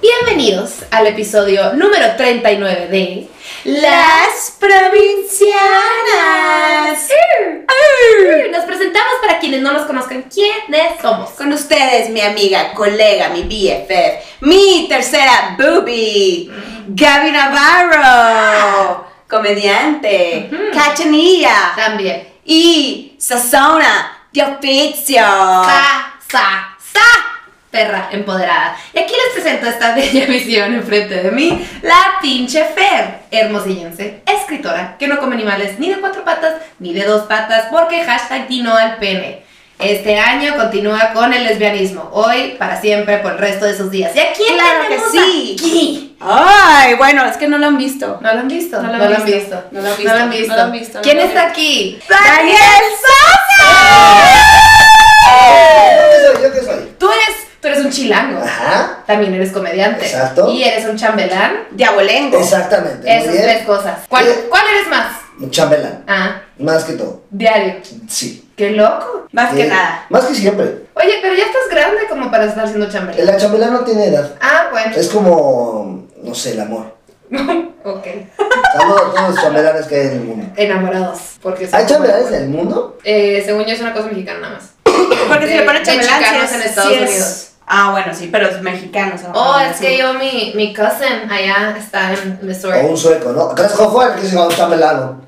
Bienvenidos al episodio número 39 de Las provincianas. Nos presentamos para quienes no nos conozcan quiénes somos. Con ustedes, mi amiga, colega, mi BFF, mi tercera booby, Gaby Navarro, comediante, Ujú. cachanilla También. y sazona de oficio. Ah. Sa, sa, sa. Perra empoderada. Y aquí les presento esta bella visión enfrente de mí, la pinche Fer, hermosillense, escritora, que no come animales ni de cuatro patas ni de dos patas, porque hashtag Dino al pene. Este año continúa con el lesbianismo, hoy para siempre por el resto de sus días. ¿Y aquí Claro que tenemos sí. aquí? Ay, bueno, es que no lo han visto. No lo han visto. No lo han visto. No lo han visto. No lo han visto. No lo han visto, no ¿Quién lo han está visto. aquí? ¡Daniel Yo Sosa! qué soy, yo qué soy. Tú eres, tú eres un chilango. Ajá. También eres comediante. Exacto. Y eres un chambelán. Diabolengo. Exactamente. Esas Muy tres bien. cosas. ¿Cuál, Bien. cuál eres más? Un chambelán. Ah, Más que todo. diario. Sí. Qué loco. Más que Eh, nada. Más que siempre. Oye, pero ya estás grande como para estar siendo chambelán. La chambelán no tiene edad. Ah, bueno. Es como, no sé, el amor. ok. Saludos a todos los chambelanes que hay en el mundo. Enamorados. Porque son ¿Hay chambelanes en como- el mundo? Eh, según yo es una cosa mexicana nada más. Porque si de- le ponen de chambelán, sí chicanos es- en Estados sí es- Unidos. Ah, bueno, sí, pero es mexicano. Ah, ¿no? Ah, Oh, es Sí. que yo, mi, mi cousin allá está en Missouri. O un sueco, ¿no? Acá es Jofuel, que es un chambelano.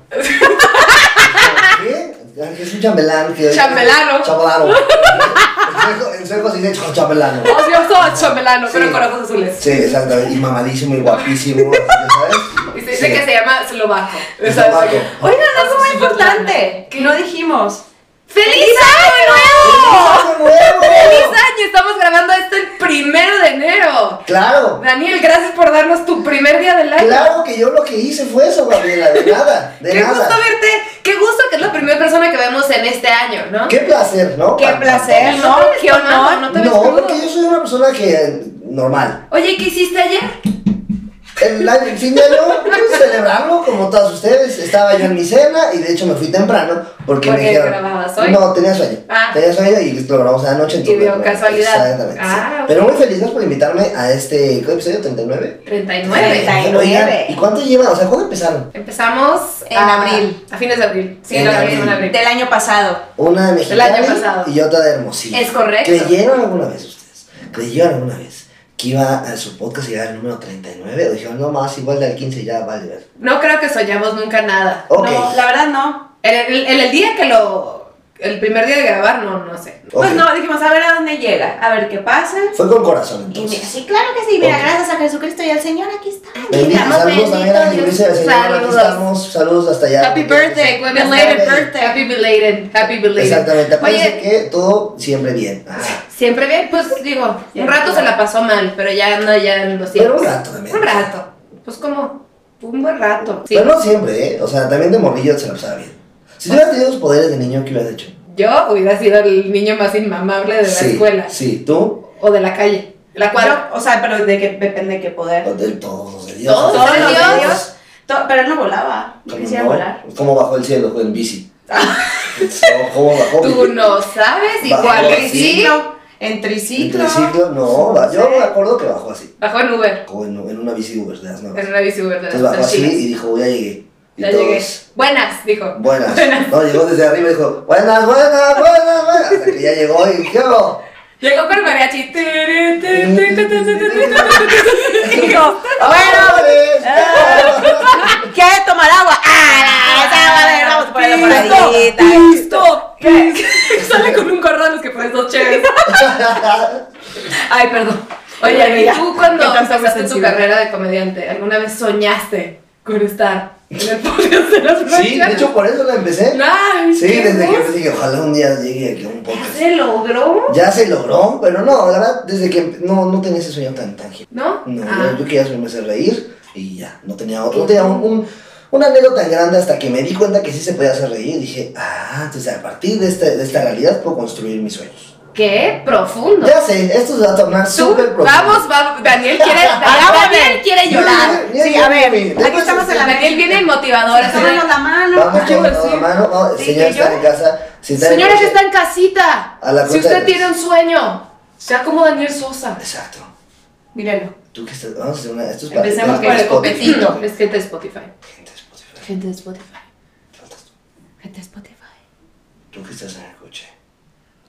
¿Qué? Que Es un chambelán. Que... Chambelano. Chambelano. En sueco- En sueco se dice chambelano. O sea, yo soy chambelano, pero Sí. con ojos azules. Sí, exactamente. Y mamadísimo y guapísimo, ¿ya ¿sabes? Y se dice Sí. Ah, que se llama eslovaco. Eslovaco. Oigan, algo muy Sí, importante que no dijimos. ¡Feliz año nuevo! ¡Año nuevo! ¡Feliz año! Estamos grabando esto el primero de enero. Claro, Daniel, gracias por darnos tu primer día del año. claro que yo lo que hice fue eso, Gabriela, de nada, de Qué gusto nada. verte. Qué gusto que es la primera persona que vemos en este año, ¿no? Qué placer, ¿no? Qué Pa- placer, No ¿no? te ves Qué tomando, honor. no te- No, ves crudo. porque yo soy una persona que eh, normal. Oye, ¿qué hiciste ayer? El, año- el fin de año, pues, celebrarlo como todas ustedes. Estaba yo en mi cena y de hecho me fui temprano porque, Porque me dijeron. grababas hoy. No, tenía sueño. Ah. Tenía sueño y lo grabamos a la noche. entonces Y dio me- casualidad. Exactamente. sí. Ah, ok. Pero muy feliz ¿no? por invitarme a este ¿qué episodio 39. 39. 39. Oigan, ¿y cuánto llevan? O sea, ¿cuándo empezaron? Empezamos En a- abril. A fines de abril. Sí, en, Ah, En abril, en abril. abril. Del año pasado. Una de Mexicali año pasado. y otra de Hermosillo. Es correcto. ¿Creyeron alguna vez ustedes? ¿Creyeron alguna vez que iba a su podcast y iba al número 39? O dijeron, no más, igual al 15 ya vale ver. No creo que soñamos nunca nada. Ok. No, la verdad no. El, el- el- el día que lo. El primer día de grabar, no, no sé. Pues Ok. no, dijimos, a ver a dónde llega, a ver qué pasa. Fue con corazón Y mira, entonces. sí, claro que sí. Mira, Ok. gracias a Jesucristo y al Señor, aquí está. Bendito, estamos, saludos también a bendito Iglesia del Dios. Señor. Aquí Saludos. estamos. Saludos hasta allá. Happy birthday, Happy belated Happy birthday. Happy belated. Happy belated. Exactamente. Parece Oye, que todo siempre bien. Ajá. siempre bien, pues digo, un rato se la pasó mal, pero ya anda ya en los Pero tiempos. un rato también. Un rato. Pues como un buen rato. Sí. Pues Pero no siempre, ¿eh? O sea, también de morrillo se la pasaba bien. Si tú hubieras tenido los poderes de niño, ¿qué hubieras hecho? Yo hubiera sido el niño más inmamable de la sí, escuela Sí, tú. o de la calle. La cuadra. Yo, o sea, pero de que, depende de qué poder. De todos los de Dios. Todos los de los Dios. To- pero él no volaba. Yo ¿Cómo quisiera no? volar. ¿Cómo bajó el cielo con bici? No, ¿Cómo bajó? Tú no sabes Bajo igual el que sí. Triciclo. En ¿En triciclo. triciclo? No, No yo sé. me acuerdo que bajó así, Bajó en Uber. como en, en una bici Uber de las nuevas. En una bici Uber de Entonces bajó las así chinas. y dijo, ya llegué. Y Ya todos, llegué. Buenas, dijo. Buenas. Buenas. No, llegó desde arriba y dijo, buenas, buenas, buenas, buenas. Hasta que ya llegó y ¿qué hago? Llegó con mariachi. Dijo, bueno, ¿Qué hay de tomar agua? Ah, esa va a ver, vamos a poner la moradita. Listo, Sale con un gorro de los que pones dos chéves. Ay, perdón. Oye, ¿y Mira, tú cuando qué tanto empezaste tu sensible. carrera de comediante, alguna vez soñaste con estar en el podcast de las Sí, de hecho por eso la empecé. Ay, Sí, qué desde que voz. empecé dije, ojalá un día llegue aquí a Ya un podcast. se logró, Ya se logró, pero no, la verdad, desde que empe- no, no tenía ese sueño tan tangible. ¿no? No, Ah. yo quería hacerme hacer reír y ya, no tenía otro, no tenía un, un, un anhelo tan grande hasta que me di cuenta que sí se podía hacer reír y dije, ah, entonces a partir de, este- de esta realidad puedo construir mis sueños. Qué profundo. Ya sé, esto se va a tornar Tú, súper profundo. vamos, vamos, Daniel quiere, Daniel quiere llorar. Sí, a ver, aquí estamos en la Daniel viene el motivador. así de, Tómanos la mano. Vamos Ay, con pues todo sí. la mano, no, Sí, señores que que están en casa, si están en Señores que coche- están en casita, A la si cuenta usted de tres. tiene un sueño, sea como Daniel Sosa. Exacto. Míralo. Tú que estás, vamos a hacer una, esto es para Empecemos gente con el Spotify. copetito. Es gente de Spotify. Gente de Spotify, Gente de Spotify. faltas tú. Gente de Spotify. Tú que estás en el coche.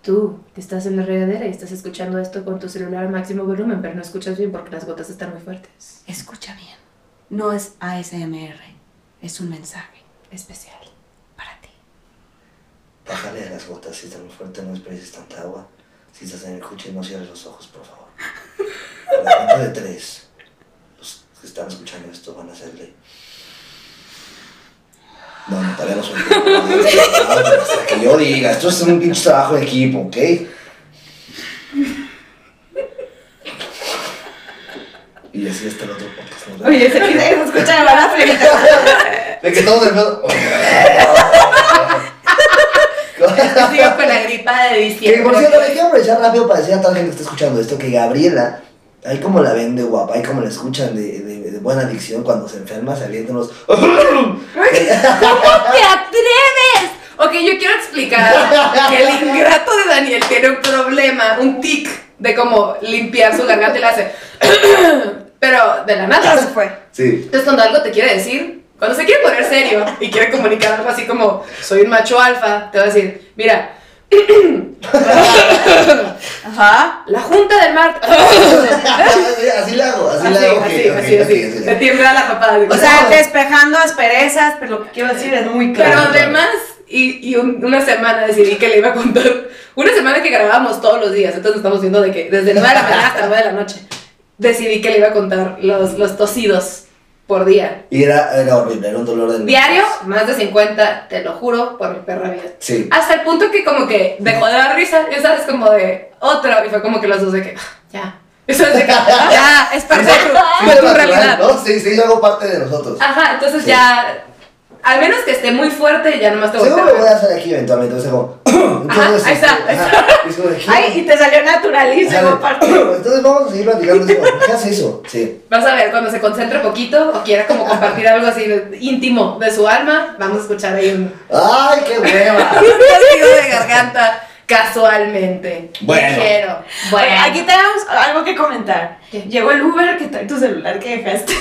Tú, que estás en la regadera y estás escuchando esto con tu celular al máximo volumen, pero no escuchas bien porque las gotas están muy fuertes. Escucha bien. No es ASMR. Es un mensaje especial para ti. Bájale a las gotas, si está muy fuerte no esperes tanta agua. Si estás en el coche no cierres los ojos, por favor. A la cuenta de tres, los que están escuchando esto van a hacerle... No, no, todavía no suelto. No, no, no, Hasta que yo diga, esto es un pinche trabajo de equipo, ¿ok? Y así hasta el otro podcast. nos vemos. Oye, se se escucha la mala frita. De que todos hermanos... Sigo con la gripa de Que por cierto, le diciembre. quiero aprovechar rápido para decir a toda la gente que está escuchando esto que Gabriela, ahí como la ven de guapa, ahí como la escuchan de, de- de buena adicción cuando se enferma saliéndonos. ¿Cómo te atreves? Ok, yo quiero explicar que el ingrato de Daniel tiene un problema, un tic de cómo limpiar su garganta y la hace. Pero de la Ya se nada. fue. Sí. Entonces, cuando algo te quiere decir, cuando se quiere poner serio y quiere comunicar algo así como soy un macho alfa, te va a decir, mira, Ajá. la junta del mar. así la hago, así, Así, la hago. ok, así, ok, así, ok, así. así la Me hago. tiembla la papada. O sea, despejando asperezas, pero lo que quiero decir es muy Pero claro. además, y, y un- una semana decidí que le iba a contar. Una semana que grabábamos todos los días, entonces estamos viendo de que desde 9 de la mañana hasta 9 de la noche. Decidí que le iba a contar los, los tosidos por día. Y era, era horrible, era un dolor de Diario, más de 50, te lo juro, por mi perra vida. Sí. Hasta el punto que como que dejó de dar risa, ya sabes, como de otro, y fue como que los dos de que, "Ah, ya. Eso es de que, "Ah, ya". Ya, es parte de tu, Sí, Ah, Pero Ah, de es tu natural, realidad. ¿no? Sí, sí, yo hago parte de nosotros. Ajá, entonces Sí. ya, al menos que esté muy fuerte, ya nomás te voy Seguro lo voy a hacer aquí eventualmente, entonces como. Entonces, este, ahí está, ahí ajá, es como de aquí. Ay, y te salió Ajá, naturalísimo, parte. Entonces vamos a seguir platicando. es como, ¿Qué hace eso? Sí. Vas a ver, cuando se concentre poquito o quiera como compartir algo así de- íntimo de su alma, vamos a escuchar ahí un ¡Ay, qué hueva! testigo de garganta casualmente. Bueno. Ligero. Oye, Bueno. aquí tenemos algo que comentar. ¿Qué? Llegó el Uber que trae tu celular que dejaste.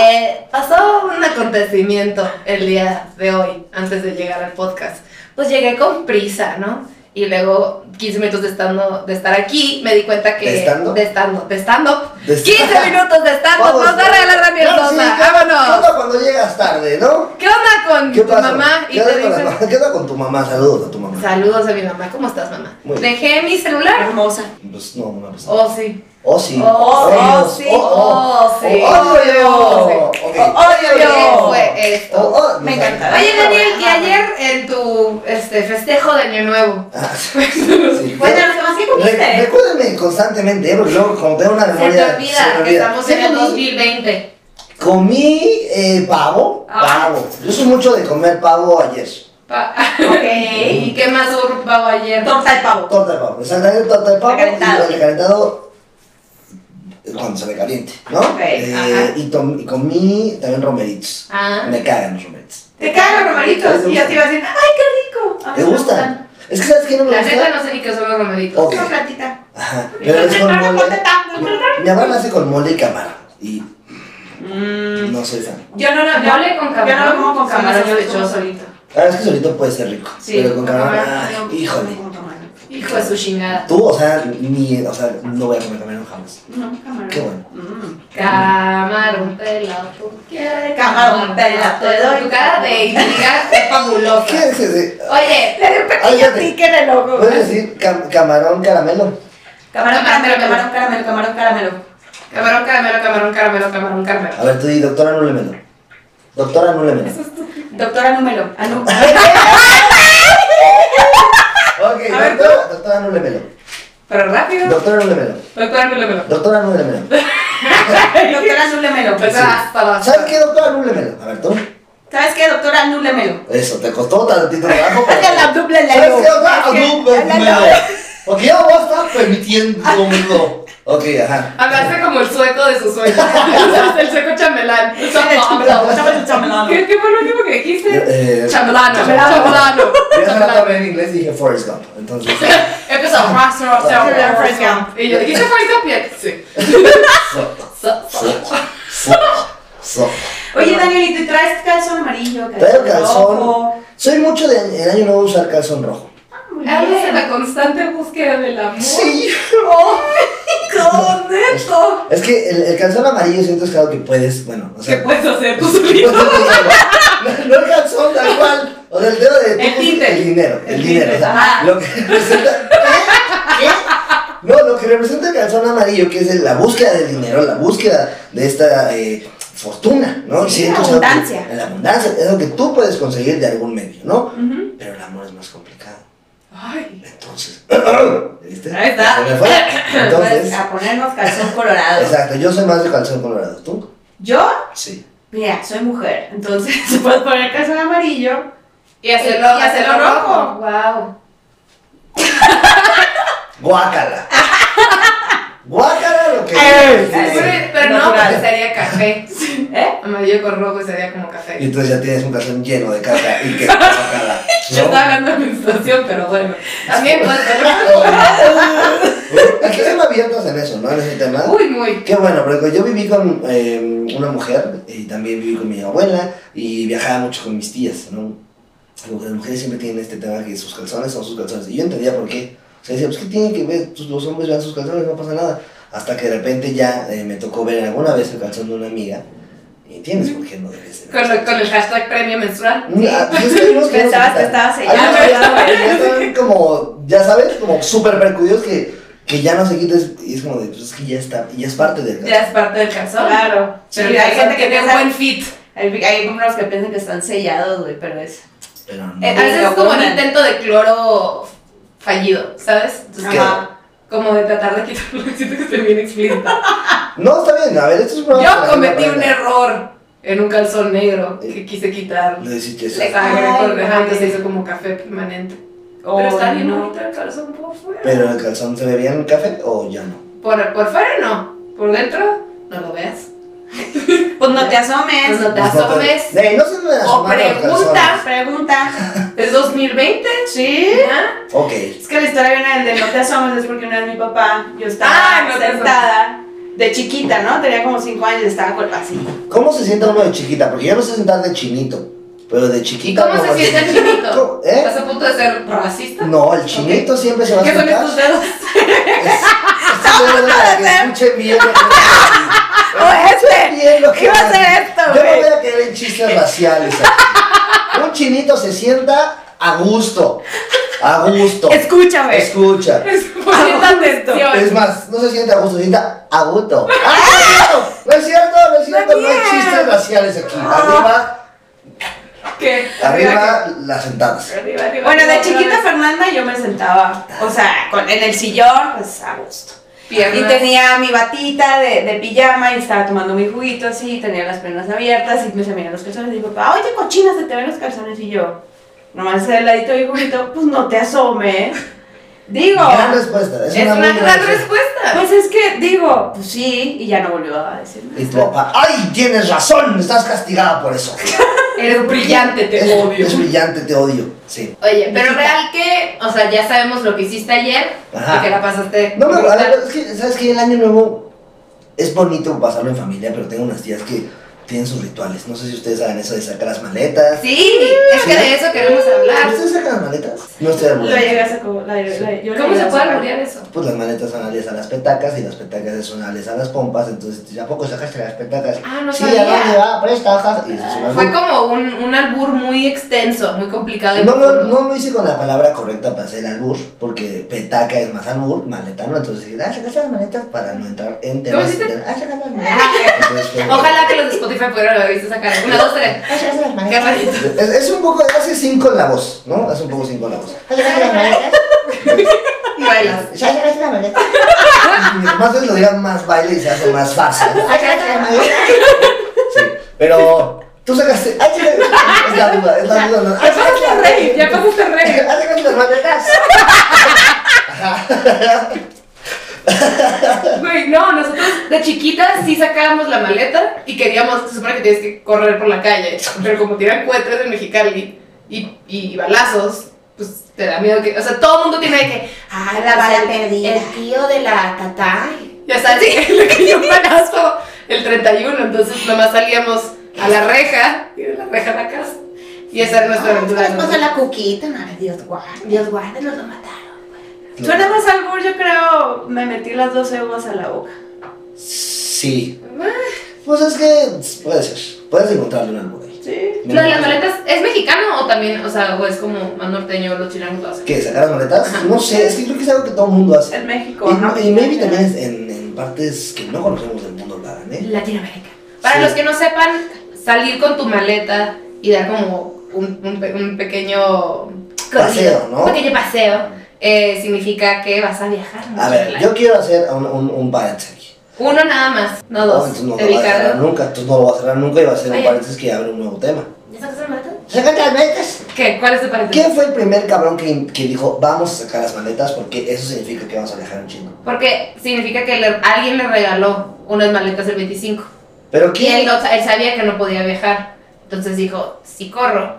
Eh, pasó un acontecimiento el día de hoy, antes de llegar al podcast. Pues llegué con prisa, ¿no? Y luego, 15 minutos de, estando, de estar aquí, me di cuenta que... ¿De estando? De estando, de estando. De 15 estando. minutos de estando, Vamos, nos va a vamos. regalar Daniel Claro, sí, Sosa, ¿qué- ¿Qué vámonos. onda cuando llegas tarde, no? ¿Qué onda con ¿Qué tu pasa? mamá? ¿Qué, onda con la mamá? ¿Qué onda con tu mamá? Saludos a tu mamá. Saludos a mi mamá, ¿cómo estás, mamá? Muy bien. Dejé mi celular. Hermosa. Pues no, no me ha pasado. Oh, sí. Oh, sí. Oh, Dios. sí. Oh, sí. Oh, Dios. Oh, Ok. ¡Odio ¿Qué yo! fue esto? Oh, oh, Me no, encanta. Oye, Daniel, y Ajá. ayer en tu este, festejo de Año Nuevo. Ah, sí. Sí. Bueno, los demás que Re- comiste. recuérdame constantemente, ¿eh? porque luego como tengo una Se te memoria. olvida que estamos ¿Qué en el comí? 2020. Comí eh, pavo, Ah. pavo. Yo soy mucho de comer pavo ayer. Pa- Ok. Mm. ¿Y qué más hubo pavo ayer? Torta de pavo. Torta de pavo. Exactamente, torta de pavo Recalentado. y recalentado cuando se recaliente, ¿no? Ok, Eh, ajá. y, tom- y comí también romeritos. Ah. Me cagan los romeritos. Te caen los romeritos y yo te iba a decir, ¡ay, qué rico! A mí ¿Te me gustan? Es que ¿sabes qué no me La neta gusta? no sé ni qué son los romeritos. Ok. Una platita. Ajá. Pero es con Una mole. platita, una platita. Mi abuela hace con mole y camarón. Y Mm, no soy fan. Yo no lo Yo hablé con camarón. Yo no lo como con camarón, Yo yo lo lo como como solito. La verdad es que solito puede ser rico. Sí, pero con con camarón, camarón, ay, híjole. Hijo de su chingada. Tú, o sea, ni, o sea, no voy a comer camarón jamás. No, camarón. Qué bueno. Mm. Camarón pelado, tú quieres. Camarón pelado, te doy. Tu cara de intriga es fabulosa. ¿Qué es ese? Oye, Le di un pequeño Ay, tique en el ojo. ¿Puedes decir cam- camarón caramelo? Camarón, caramelo, Camarón, camarón, caramelo, camarón, caramelo. camarón, caramelo, camarón, caramelo, camarón, caramelo. A ver, tú di, doctora, no le meto. Doctora, no le meto. Doctora Número. Anu. Ok, A ver, doctora, doctora no le melo. Pero rápido. Doctora no le melo. Doctora, caramelo. Doctora no le melo. Ah, Doctora Número. Doctora, hasta la- ¿Sabes qué, doctora no le melo? A ver, tú. ¿Sabes qué, doctora Número? Eso, te costó tantito trabajo. pero- Es que la duple la ¿Sabes yo. qué, doctora? Es que- No, pues, la melo. Porque yo no voy a estar permitiéndomelo. Ok, ajá. Hablaste como el sueco de sus sueños. el sueco chambelán. ¿Qué, qué fue lo último que dijiste? Eh, Chambelano. Chambelano. Chambelano. Yo solo hablé en inglés y dije Forrest Gump. Entonces, Empezó. "Ah, so, so, Forrest so". Gump. Y yo, ¿dijiste Forrest Gump? Y él, Sí. so, So, so. so, so, so. Oye, Daniel, ¿y te traes calzón amarillo? Traigo rojo? calzón. Soy mucho de el año nuevo usar calzón rojo. Ah, muy Hablas de bien. la constante búsqueda del amor. Sí. ¡Oh, mi neto! Es que el, el calzón amarillo siento es algo que puedes, bueno, o ¿Qué sea, puedes hacer tú no, solito? no el calzón tal cual, o sea, el dedo de El títer. el dinero, el, El dinero, o títer, sea, ajá. lo que representa ¿Qué? No, lo que representa el calzón amarillo que es la búsqueda del dinero, la búsqueda de esta eh, fortuna, ¿no? Sí, Siento la es algo que- abundancia. La abundancia es lo que tú puedes conseguir de algún medio, ¿no? Ujú. Pero el amor es más complicado. Ay. Entonces, ¿viste? Ahí está. Se me fue. Entonces, Pues, a ponernos calzón colorado. exacto, yo soy más de calzón colorado. ¿Tú? Yo, Sí. mira, soy mujer, entonces se puede poner calzón amarillo Y hacerlo, y hacerlo rojo. Wow. Guácala. Guácala lo que. Eh, Sí, sí. eh. Pero no, Natural. porque sería café. ¿Eh? Amarillo con rojo sería como café. Y entonces ya tienes un calzón lleno de caca y que guácala. Yo estaba hablando de menstruación, pero bueno. También pues, puede ser. ¿no? Aquí son abiertos en eso, ¿no? En ese tema. Uy, muy. Qué bueno, porque yo viví con eh, una mujer y también viví con mi abuela y viajaba mucho con mis tías, ¿no? Como que las mujeres siempre tienen este tema que sus calzones son sus calzones. Y yo entendía por qué. O sea, decía, pues ¿qué tiene que ver? Pues, los hombres vean sus calzones, no pasa nada. Hasta que de repente ya eh, me tocó ver alguna vez el calzón de una amiga y entiendes por qué no debes de ver Con, calzones. con el hashtag premio menstrual. Ah, pues, es que hay unos que no Pensabas se que quitan. estaba Hay sellado. unos que ya no- que ya están como, ya sabes, como súper percudidos que, que ya no se quites y es como de, pues es que ya está, ya es parte del calzón. Ya es parte del calzón. Claro. Pero Sí, hay gente que tiene un piensa- buen fit. Hay, hay unos que piensan que están sellados, güey, pero es. Pero no. Eh, a veces lo es como un clonan. intento de cloro fallido, ¿sabes? Entonces, ¿Qué? Ajá. Como de tratar de quitarlo. Siento que estoy bien explícita. No, está bien, a ver, esto es un programa para Yo que cometí un aprenda. error en un calzón negro que quise quitar. Lo hiciste eso. Le sagré Ay, con güey. Alejandro, se hizo como café permanente. Oh, Pero está bien no. bonito el calzón por fuera. Pero el calzón se ve bien café o ya no. Por, por fuera no, por dentro no lo veas. Pues no te asomes. Pues no te asomes. Eh, no se me O asoman los pregunta. Pregunta. Es 2020. ¿Sí? ¿ya? calzones. Ok. Es que la historia viene del de no te asomes, es porque una vez mi papá, yo estaba Ah, no te sentada de chiquita, ¿no? Tenía como 5 años, estaba con así. ¿Cómo se sienta uno de chiquita? Porque yo no sé sentar de chinito. Pero de chiquita. ¿Y cómo se no, siente el chinito? ¿Cómo? ¿Eh? ¿Estás a punto de ser racista? No, el chinito siempre se va a ¿Qué son sentar. estos dedos? Es- es una verdad, que escuche bien. este, Bien lo que ¿qué va a hace. ser esto, Yo no güey? voy a quedar en chistes raciales. aquí. Un chinito se sienta a gusto. A gusto. Escúchame. Escucha. Es bonita Aguanta esto. Ah, Es atención. más, no se siente a gusto, se sienta a gusto. ¡Ah, no! No es cierto, no es cierto, no hay Daniel. chistes raciales aquí. Arriba, ¿Qué? arriba las sentadas. Arriba, arriba, Bueno, de arriba, chiquita arriba. Fernanda yo me sentaba, o sea, con- en el sillón, pues a gusto. Piernas. Y tenía mi batita de, de pijama y estaba tomando mi juguito así, y tenía las piernas abiertas y me se me veían los calzones y mi papá, oye cochina, se te ven los calzones y yo, nomás el ladito de mi juguito, pues no te asomes. Digo, Gran respuesta, es, Es una muy gran respuesta. respuesta. pues es que digo, pues sí, y ya no volvió a decir Y tu papá, ¡ay, tienes razón! Estás castigada por eso. Eres brillante, es, te odio. Es brillante, te odio. Sí. Oye, pero real que, o sea, ya sabemos lo que hiciste ayer Ajá. y que la pasaste. No, no, a brutal. ver, es que, ¿sabes qué? El año nuevo es bonito pasarlo en familia, pero tengo unas tías que tienen sus rituales. No sé si ustedes saben eso de sacar las maletas. Sí, es que de eso queremos hablar. ¿Ustedes sacan las maletas? No estoy Lo hablando. llegué a sacar, la, la- yo la ¿Cómo se llegué a puede sacar. alburear eso? Pues las maletas son alias a las petacas y las petacas es son alias a las pompas, entonces ¿a poco sacaste las petacas? Ah, no sí, sabía. ¿a dónde va? Presta, ajá. Y eso es una- Fue como un, un albur muy extenso, muy complicado. y no, no, profundo. no lo hice con la palabra correcta para hacer albur, porque petaca es más albur, maleta no, entonces dije, ah, sacaste las maletas para no entrar en temas. hiciste? de- Ah, sacaste las maletas. Entonces fue- Ojalá que los de Spotify pudieran haber visto esa cara. Una, dos, tres. Ah, sacaste las Qué maletas. rarito. Es, es un poco, hace cinco la voz, ¿no? Hace un poco cinco la voz. Ah, sacaste las maletas. Y bailas. Ya sacaste las maletas. Mientras más se lo digan, más baile y se hace más fácil. Ah, sacaste las maletas. Sí, pero tú sacaste. ¡Ay, sí, es la duda, es la duda. ¿no? "Ah, ¡Ay, Ya sacaste pasaste a las reír, ya maletas! "Ah, pasaste a reír. ¡Ay, sacaste las maletas! Ajá. Güey, no, nosotros de chiquitas sí sacábamos la maleta y queríamos, se supone que tienes que correr por la calle, pero como tiran cohetes en Mexicali y, y balazos, pues te da miedo que, o sea, todo el mundo tiene de que, ah, pues la bala perdida, el tío de la tatá, ya sabes, le cayó un balazo el 31, entonces nomás salíamos a la reja y de la reja a la casa. Y esa era nuestra pues aventura. ¿no? pues la cuquita, no, Dios guarde. Dios guarde, nos lo mataron. Suena más albur, yo creo. Me metí las dos uvas a la boca. Sí. Pues es que puede ser. Puedes encontrarle un árbol ahí. Sí. Lo de las maletas, ¿es mexicano o también, o sea, o es como más norteño, los chilangos lo hacen? ¿Qué? ¿Sacar las maletas? No sé, es que creo que es algo que todo el mundo hace. En México. Y, ¿no? y maybe también es en, en partes que no conocemos del mundo hablar, ¿eh? Latinoamérica. Para Sí. los que no sepan, salir con tu maleta y dar como un, un pe- un pequeño Paseo, ¿no? Un pequeño paseo eh, significa que vas a viajar. A mucho, ver, claro. yo quiero hacer un, un, un paréntesis aquí. Uno nada más, no No, dos. entonces no lo va a cerrar Dedicarlo. nunca, entonces no lo va a cerrar nunca y va a ser un Oye. paréntesis que abre un nuevo tema. ¿Ya sacaste la maleta? ¡Sácate las maletas! ¿Qué? ¿Cuál es tu paréntesis? ¿Quién fue el primer cabrón que, que dijo vamos a sacar las maletas? Porque eso significa que vamos a viajar un chingo. Porque significa que le- alguien le regaló unas maletas el 25. Pero Y él, ¿quién? no- él sabía que no podía viajar. Entonces dijo, si corro.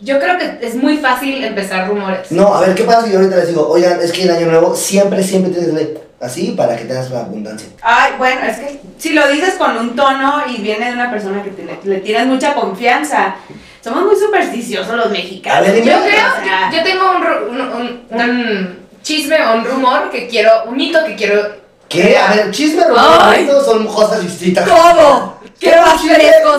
Yo creo que es muy fácil empezar rumores. No, a ver, ¿qué pasa si yo ahorita les digo, oigan, es que el año nuevo siempre, siempre tienes que leer así para que tengas una abundancia? Ay, bueno, es que si lo dices con un tono y viene de una persona que te- le, le tienes mucha confianza. Somos muy supersticiosos los mexicanos. A ver, dime. Yo O creo, sea, yo tengo un, ru- un, un- un chisme o un rumor que quiero, un mito que quiero. ¿Qué? A ver, chisme Ay. romántico son cosas distintas. ¡Todo! Quiero chismes.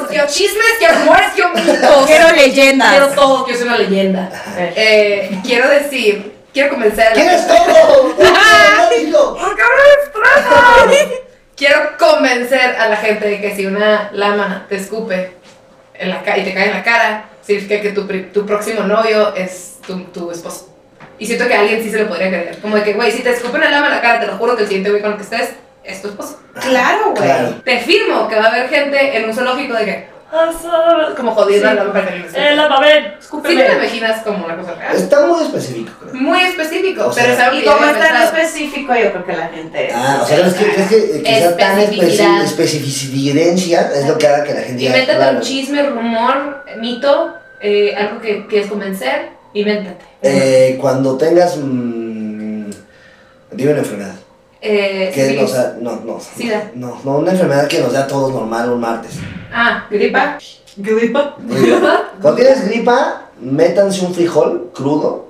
Quiero chismes, quiero rumores, quiero mitos. Quiero leyendas. Quiero todo, que soy una leyenda. Eh, quiero decir, quiero comenzar. ¿Quieres todo? ¡Romántico! ¿Por qué me destrozas? Quiero convencer a la gente de que si una lama te escupe en la ca- y te cae en la cara, significa que tu, pri- tu próximo novio es tu, tu esposo. Y siento que a alguien sí se lo podría creer. Como de que, güey, si te escupe una lama en la cara, te lo juro que el siguiente güey con el que estés es tu esposo. Claro, güey. Claro. Te firmo que va a haber gente en un zoológico de que... "Ah, so-" Como jodiendo a la lama para que le escupe. lava, ven, Sí te lo imaginas como una cosa real. Está muy específico, creo. Muy específico, O sea, pero es algo que Y yo como había es tan pensado. específico, yo creo que la gente. Ah, o sea, ¿crees que, crees que, que sea tan Especificidad. especi- especificidad es lo que haga que la gente diga, Invéntate claro. un chisme, rumor, mito, eh, algo que quieres convencer, invéntate. Eh, cuando tengas. mm, dime una enfermedad. Eh, Que sí. no sea. No, no. Sida. No, no, una enfermedad que nos da a todos normal un martes. Ah, Gripa. Gripa. Cuando tienes gripa, métanse un frijol crudo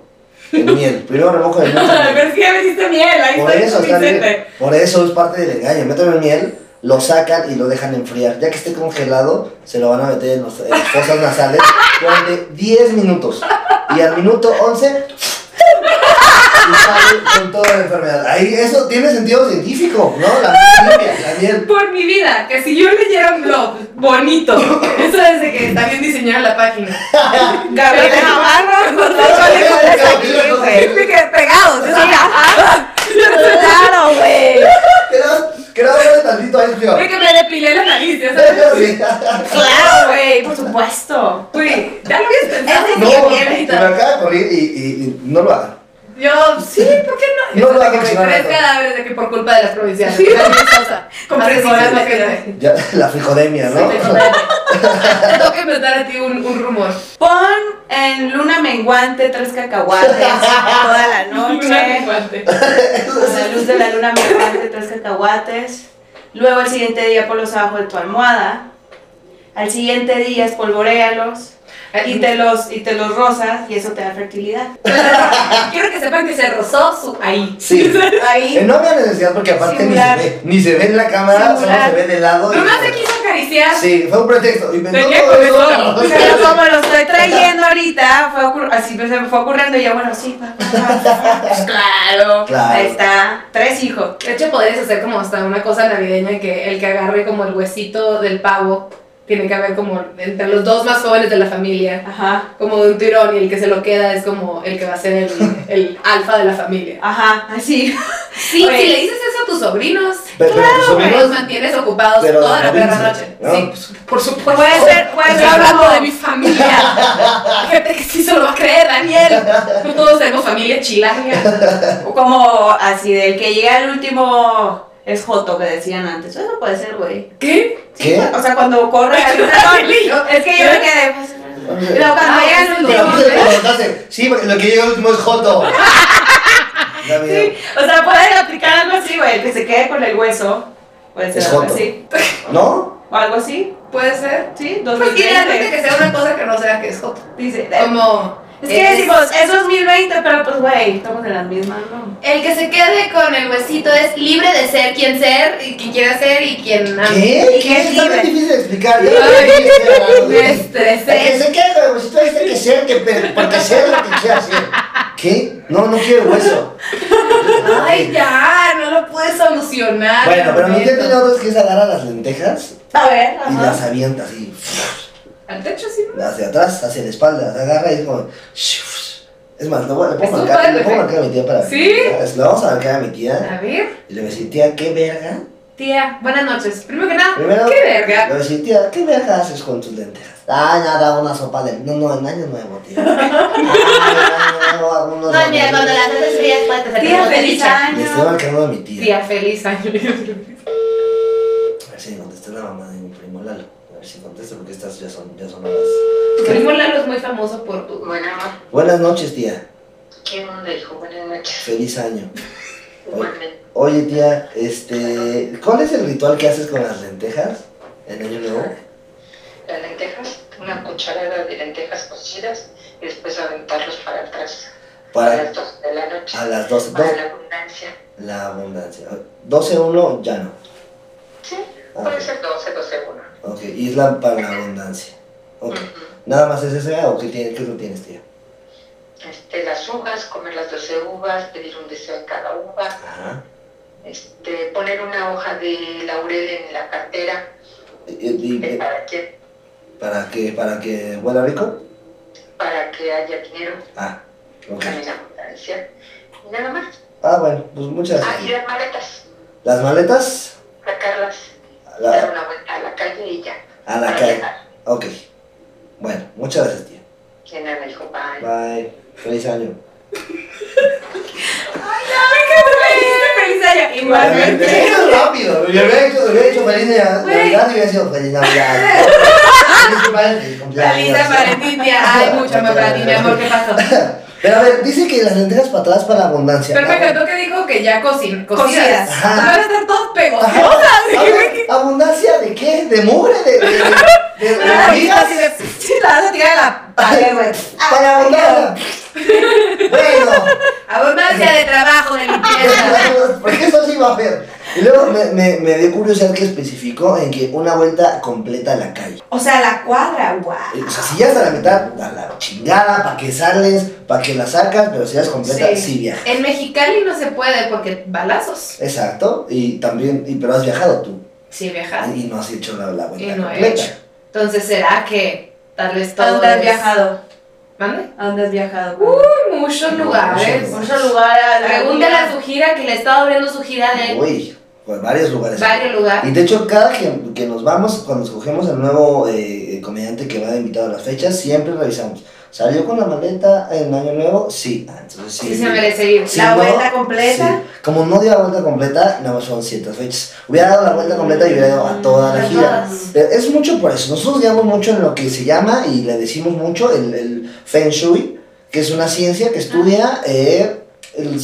en miel. Primero remojo en mucha miel. Pero es que ya me hiciste miel, ahí Por estoy eso, con está bien. Vicente. por eso es parte del engaño. Métanlo en miel, lo sacan y lo dejan enfriar. Ya que esté congelado, se lo van a meter en, los, en las fosas nasales durante 10 minutos. Y al minuto 11, y sale con toda la enfermedad. Ahí, eso tiene sentido científico, ¿no? La miel limpia, la miel. por mi vida, que si yo leyera un blog bonito, eso es de que está bien diseñada la página. Gabriela Navarro, ¿eh? con los goles con esa aquí, güey. pegados, eso Claro, güey. Creo- Creo que tantito ahí, tío. Porque me depilé la nariz, ya sabes. No, Claro, güey, por supuesto. Güey, ya lo habías pensado. Ese se me acaba de correr y, y- y no lo hagan. Yo, sí, ¿por qué no? No Yo sé lo que hagas, me no lo tres hagas. cadáveres de que por culpa de las provincias. Sí. Comprensión, la gente. Ya, la frijodemia, ¿no? Tengo que inventar a ti un, un rumor. Pon en luna menguante tres cacahuates toda la Una noche. menguante. A la luz de la luna menguante tres cacahuates. Luego el siguiente día ponlos abajo de tu almohada. Al siguiente día espolvorealos y te los y te los rozas y eso te da fertilidad. Quiero que sepan que se rozó su ahí. Sí. Eh, Ahí No había necesidad porque aparte ni se, Singular. ve, ni se ve en la cámara, Singular. solo se ve de lado. y- Nomás se quiso acariciar. Sí, fue un pretexto. Inventó Tenía todo eso. comezón. pero como lo estoy trayendo ahorita, fue ocur- así pues, se me fue ocurriendo y yo, bueno, sí, va, va, va. Pues claro, Claro. ahí está, tres hijos. De hecho, podrías hacer como hasta una cosa navideña que el que agarre como el huesito del pavo tiene que haber como entre los dos más jóvenes de la familia, Ajá, como de un tirón, y el que se lo queda es como el que va a ser el, el alfa de la familia. ajá, así. Sí, Oye. si le dices eso a tus sobrinos. Pero- pero tus güey, sobrinos- Los mantienes ocupados pero toda la de perra Vincent, noche. ¿no? Sí, Pues- por supuesto. Puede ser- puede Estoy ser hablando como- de mi familia. Gente que sí se lo va a creer, Daniel. Todos tenemos familia chilanga. O como así, del que llega al último es Joto, que decían antes. Eso puede ser, güey. ¿Qué? Sí, ¿Qué? O sea, cuando corre. Yo también. No, es que yo me quedé. pues, Pero cuando Ah, llega eso al es lo Pero último. a mí se me preguntaste. Sí, porque lo que llega al último es Joto. Da miedo. Sí, o sea, puedes aplicar algo así, güey, el que se quede con el hueso. Puede ser Es algo joto. así. ¿No? O algo así, Puede ser. sí, Pues 2020. quiere que sea una cosa que no sea que es hot. Dice, eh, Como. es que decimos, es 2020, pero pues, güey, estamos en las mismas, ¿no? El que se quede con el huesito es libre de ser quien ser y quien quiera ser y quien ama. ¿Qué? ¿Y qué Está bien libre? difícil de explicar. Yo Ay, no Me sé Que estresé. se quede con el huesito dice que sea, que, pero- porque sea lo que sea hacer. ¿Qué? No, no quiero hueso. Ay, ya, no lo pude solucionar. Bueno, pero mi Alberto. tía tiene otros que es agarrar las lentejas A ver, y las ajá. avienta así. Al techo sí, ¿no? Hacia atrás, hacia la espalda, las agarra y es como. Es más, le voy- le Es puedo un marcar, le padre, puedo ¿eh? marcar a mi tía para. ¿Sí? Le vamos a marcar a mi tía A ver, y le voy a decir, tía, ¿qué verga? tía, buenas noches. Primero que nada, Primero- qué Le verga. voy a decir, tía, ¿qué verga haces con tus lentejas? Ah, nada, una sopa de. No, no, en año nuevo, tía. Ah, en año nuevo, algunos. Pues haces frías puedes Tía, feliz Le estoy año. marcando a mi tía. Tía, feliz año. A ver si me contesta la mamá de mi primo Lalo. A ver si contesta, porque estas ya son, ya son horas. Tu primo Lalo es muy famoso por tu. Bueno, Buenas noches, tía. ¿qué onda, hijo? Buenas noches. Feliz año. Oye, Igualmente. oye, tía, este. ¿Cuál es el ritual que haces con las lentejas en Año Nuevo? Las lentejas, una cucharada de lentejas cocidas y después aventarlos para atrás a Para las 12 de la noche. a las 12. Para do- la abundancia. la abundancia. 12-1 ya no. Sí, Ah, puede ser 12, 12, 1. Ok, y es la para la abundancia. Ok. Mm. ¿Nada más es esa o qué, tiene, qué lo tienes, tía? Este, las uvas, comer las 12 uvas, pedir un deseo en cada uva, Ajá. este, poner una hoja de laurel en la cartera, Y- y- eh, y- ¿para qué? ¿Para que para que huela rico? Para que haya dinero, Ah, ok. también abundancia. Y nada más. Ah, bueno, pues muchas Ah, y gracias. las maletas, Las maletas sacarlas, a dar la, una vuelta a la calle y ya. a la Para calle. llegar. Ok. Bueno, muchas gracias, tía. Que nada, dijo, bye. Bye. Feliz año. Feliz año. Igualmente. Igualmente. rápido. Yo hubiera hecho, hubiera hecho feliz Navidad Navidad y hubiera sido feliz Navidad. Feliz Navidad, feliz Feliz cumpleaños. Valentín, tía. Ay, mucho más para ti, mi amor, ¿qué pasó? Pero a ver, dice que las lentejas para atrás para la abundancia. Pero me encantó que dijo que ya cocin cocidas. Cocidas. Ajá. Van a estar todos Ajá. pegosas. A ver, ¿Abundancia de qué? ¿De mugre? ¿De, de, de, de, de hormigas? Sí, la vas a tirar a la pared, güey. Para abundar. Bueno. Abundancia de trabajo, de limpieza. Porque eso sí va a ver. Y luego me, me, me dio curiosidad que especificó en que una vuelta completa a la calle. O sea, la cuadra, guau. Eh, O sea, si ya está a la mitad, a la chingada, para que sales, para que la sacas, pero si ya es completa, sí, Sí. viaja. En Mexicali no se puede porque balazos. Exacto, y también, y, pero has viajado tú Sí, viajar. y no has hecho la, la Y vuelta no he completa. hecho. Entonces, ¿será que tal vez todo ¿Dónde has es- viajado? ¿Mande? ¿A dónde has viajado? Uy, muchos lugares. Muchos Mucho lugar a la Pregúntale a su gira que le estaba abriendo su gira de Uy, por varios lugares. varios Y lugares. de hecho, cada que, que nos vamos, cuando escogemos el nuevo eh, comediante que va de invitado a las fechas, siempre revisamos. ¿Salió con la maleta en Año Nuevo? Sí. Ah, entonces sí. Sí, se merece ir. Si ¿La vuelta completa? sí. Como no dio la vuelta completa, nada más fueron ciertas fechas. Hubiera dado la vuelta completa y hubiera ido a toda Mm, la A gira. todas. Pero es mucho por eso. Nosotros digamos mucho en lo que se llama y le decimos mucho el, el Feng Shui, que es una ciencia que estudia eh, el,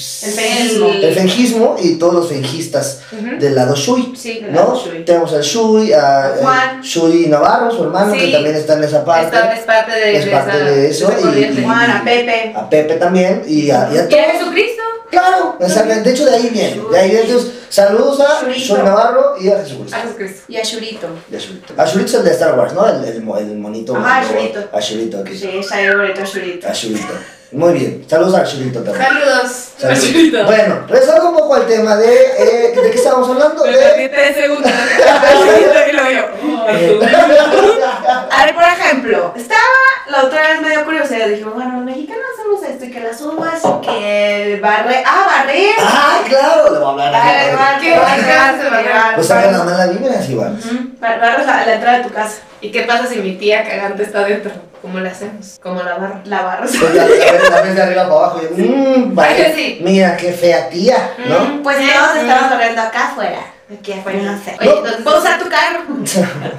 fengismo. el fengismo y todos los fengistas Ujú. del lado Shui. Sí, ¿no? Tenemos al Shui, a a Juan. Shui Navarro, su hermano, que Sí. también está en esa parte. Esta es parte de, Es parte esa- de eso esa y- corriente. y- Juana, Pepe. A Pepe también y a, y a ¿Y a todos. Jesucristo? Claro, exactamente. De hecho, de ahí viene. De ahí viene. Entonces, saludos a Shurito. Shui Navarro y a Jesucristo. A Jesucristo. Y a Shurito. Y a Shurito. A Shurito es el de Star Wars, ¿no? El, el, mo- el monito. Ajá, bonito. Shurito. A Shurito, ok. Sí, está bien bonito Shurito. A Shurito. Muy bien. Saludos a Shurito también. Saludos. Saludos. Bueno, regresando un poco al tema de. eh, ¿De qué estábamos hablando? De. tres segundos. y lo eh, veo. A ver, por ejemplo, estaba la otra vez me dio curiosidad. Dije, bueno, los mexicanos hacemos esto y que las uvas y que barre. Ah, barrer. ah, claro, le voy a hablar mala vibra. Barras, ¿Qué barras, haces, barras, barras? Pues hagan la mala vibra si van. Bar- Barras a la entrada de tu casa. ¿Y qué pasa si mi tía cagante está dentro? ¿Cómo le hacemos? ¿Cómo la barra? La barras. Pues la, la ves- la ves de arriba para abajo y yo, mmm, vaya, Sí. mira qué fea tía, ¿no? Mm, Pues Eh. sí. todos Mm. estamos hablando acá afuera. Aquí Bueno, afuera. no sé. Oye, entonces- ¿Puedo usar tu carro?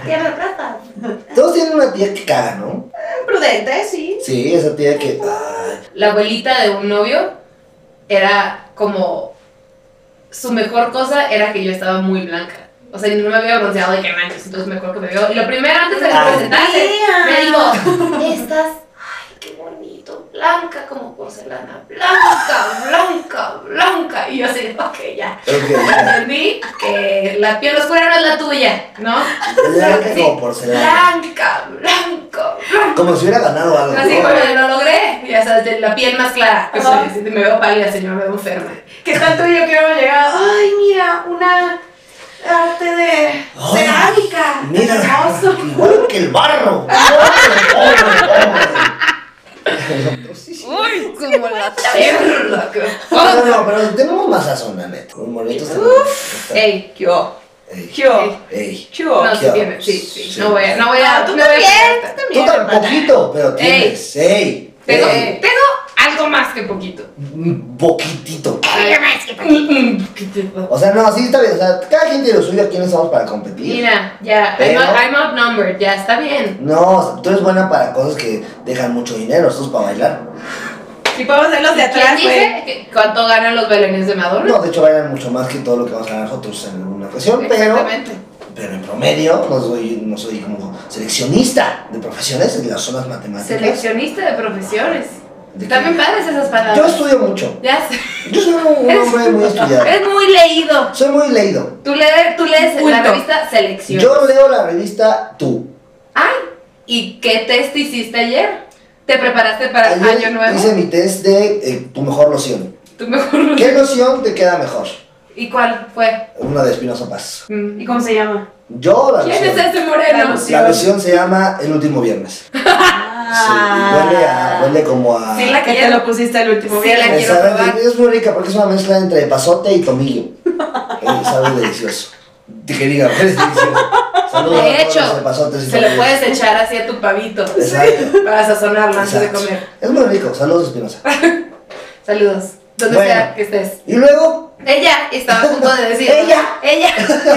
¿Qué me prestas? Todos tienen una tía que caga, ¿no? Prudente, sí. Sí, esa tía que, ay, la abuelita de un novio era como su mejor cosa era que yo estaba muy blanca. O sea, no me había bronceado de que manches, entonces me acuerdo que me vio. Y lo primero antes de Ay. presentarse, Mira. me dijo, estás, ay, qué bonito, blanca como porcelana, blanca, blanca, blanca. Y yo así, de, ok, ya. creo que Entendí que la piel oscura no es la tuya, ¿no? blanca Sí. como porcelana. Blanca, blanco, Como si hubiera ganado algo. Así ¿no? como de, lo logré, ya sabes, de la piel más clara. Pues, Ajá. sí, sí, me veo pálida, señor, me veo enferma. ¿Qué tanto yo quiero llegar? Ay, mira, una arte de Ay, cerámica. Mira, Hermoso. igual que el barro. Uy, como la perla. qué foda. No, no, pero tenemos más sazón, la neta. Un molito está Ey, Ey, ¿Qué hubo? ey, ¿Qué hubo? ey. ¿Qué hubo? no, sí Claro, tiene, sí, sí, Oh, sí. No voy a, no voy a. No, tú no voy a- también, Tú tan poquito, pero tienes. Ey, Tengo, ey. tengo algo más que poquito. Un poquitito. Algo más que pues, poquito. O sea, no, sí está bien. O sea, cada quien tiene lo suyo. Aquí no estamos para competir. Mira, ya, I'm, Pero- out- I'm outnumbered, ya está bien. No, o sea, tú eres buena para cosas que dejan mucho dinero. Esto es para bailar. Si podemos hacer los de ¿Quién atrás, güey. dice que- cuánto ganan los bailarines de Madonna? No, de hecho, bailan mucho más que todo lo que vamos a ganar nosotros en una ocasión. Pero, Exactamente. pero en promedio, no soy, no soy como seleccionista de profesiones en las zonas matemáticas. Seleccionista de profesiones. ¿De qué? También padres esas palabras. Yo estudio mucho. Ya sé. Yo soy un Eres- hombre muy estudiado. Es muy leído. Soy muy leído. Tú, lees- tú lees la Culto. revista Selección. Yo leo la revista Tú. Ay, ¿y qué test hiciste ayer? ¿Te preparaste para Año Nuevo? hice mi test de eh, tu mejor loción. ¿Tu mejor? ¿Qué loción te queda mejor? ¿Y cuál fue? Una de Espinosa Paz. Mm. ¿Y cómo se llama? Yo la ¿Quién es loción. ese moreno? Vamos. La loción se llama El último viernes. Sí, y huele, a, huele como a. Ah. Sí, la Que que te ya lo lo... pusiste el último Sí, viernes. la- Eh, quiero sabe- probar. es muy rica porque es una mezcla entre pasote y tomillo. Eh, sabe delicioso. Te quería, es delicioso. Saludos De a todos hecho, los de pasotes y Se lo tomillos. puedes echar así a tu pavito. Exacto. Para sazonarlo antes de Exacto. comer. Es muy rico. Saludos, Espinosa. Saludos. Donde Bueno. sea que estés. Y luego, Ella estaba a punto de decir. Ella. Ella.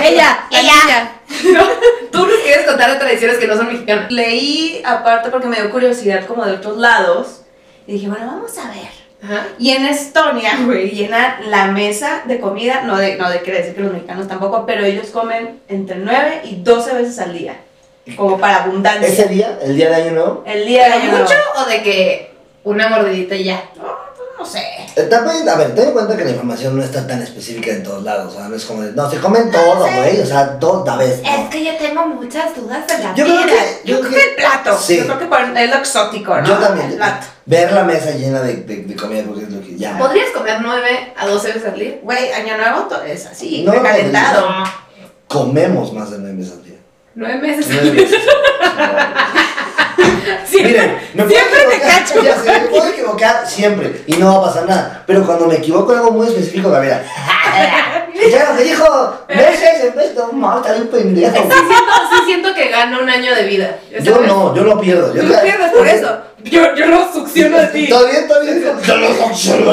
Ella. Ella. No, tú nos quieres contar de tradiciones que no son mexicanas. Leí aparte porque me dio curiosidad como de otros lados. Y dije, bueno, vamos a ver. Ajá. Y en Estonia, güey, llenan la mesa de comida, no de, no de quiere decir que los mexicanos tampoco, pero ellos comen entre 9 y 12 veces al día, como para abundancia. ese día, el día de año nuevo, El día de ¿Pero Año mucho Nuevo. o de que una mordidita y ya? No sé. Eh, También, a ver, ten en cuenta que la información no está tan específica en todos lados, o sea, no es como de, no, se comen todo, güey, o sea, todo a vez. ¿no? que yo tengo muchas dudas de la Yo creo que, yo creo que, El plato. Sí. Yo creo que por- es lo exótico, ¿no? yo también, El plato. ver la mesa llena de, de, de comida, porque es lo que llama. ¿Podrías comer 9 a 12 veces al día? Güey, Año Nuevo to- es así, No, recalentado. Comemos más de nueve meses al día. 9 meses al Nueve día. meses. Miren, me puedo siempre te equivocar, cacho. ya sé, me puedo equivocar siempre y no va a pasar nada, pero cuando me equivoco en algo muy específico, Gabriela, ya lo que dijo, meses, en vez de un mal, está bien pendejo. Sí siento, sí siento que gano un año de vida. Ya Yo sabes. no, yo lo pierdo. Yo Tú lo pierdes por eso. Yo, yo lo succiono de ti. Está bien, está bien. Yo los observo.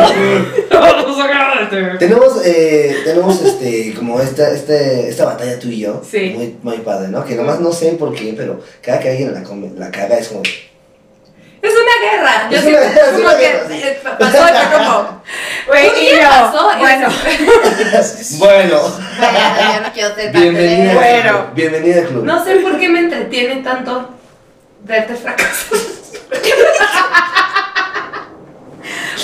Lo succiono de ti. Tenemos, eh, tenemos este, como esta, este, esta batalla tú y yo. Sí. Muy, muy padre, ¿no? Que nomás no sé por qué, pero cada que alguien la, come, la caga es como. Es una guerra. Yo Es siento una- es como una que guerra, sí. eh, pasó y fue como. Güey, ¿Por y qué yo, pasó? Y Bueno, Bueno. Bueno, yo no quiero ser parte Bienvenida. de- Bueno. Bienvenida al club. No sé por qué me entretiene tanto verte fracasar.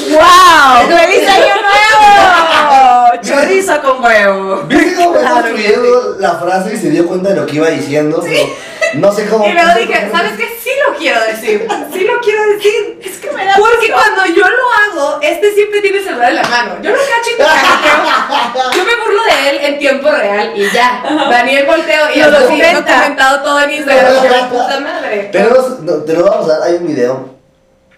¡Wow! ¡Feliz Año Nuevo! Chorizo con huevo. ¿Viste cómo fue Claro que construyendo la frase y se dio cuenta de lo que iba diciendo? Pero No sé cómo. Y luego dije, ¿sabes qué? Sí lo quiero decir. Sí lo quiero decir. Es que me da Porque cuando yo lo hago, este siempre tiene el celular en la mano. Yo lo cacho y te cajeteo. Yo me burlo de él en tiempo real y ya. Daniel volteo y yo Nos lo sigo documenta. documentado todo en Instagram. Yo, puta madre. Pero no, te lo vamos a dar. Hay un video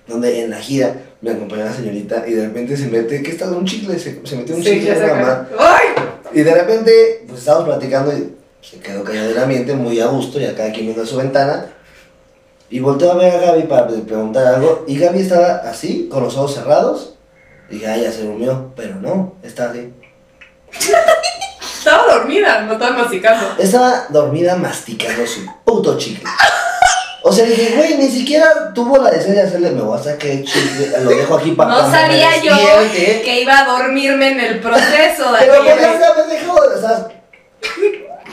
donde en la gira me acompañó una señorita y de repente se mete. ¿Qué está? Un chicle. Se, se metió un Sí, chicle ya en se la mano. acabó. ¡Ay! Y de repente, pues estábamos platicando y se quedó callado el ambiente, muy a gusto, y acá quien viendo a su ventana. Y volteó a ver a Gaby para pre- preguntar algo. Y Gaby estaba así, con los ojos cerrados. Y dije, ah, ya se durmió. Pero no, está así. Estaba dormida, no estaba masticando. Estaba dormida masticando su puto chicle. O sea, dije, güey, ni siquiera tuvo la decencia de hacerle, me voy a sacar el chicle, lo dejo aquí para No sabía yo que iba a dormirme en el proceso, Pero pues, Daniel. podías haber dejado, o sea,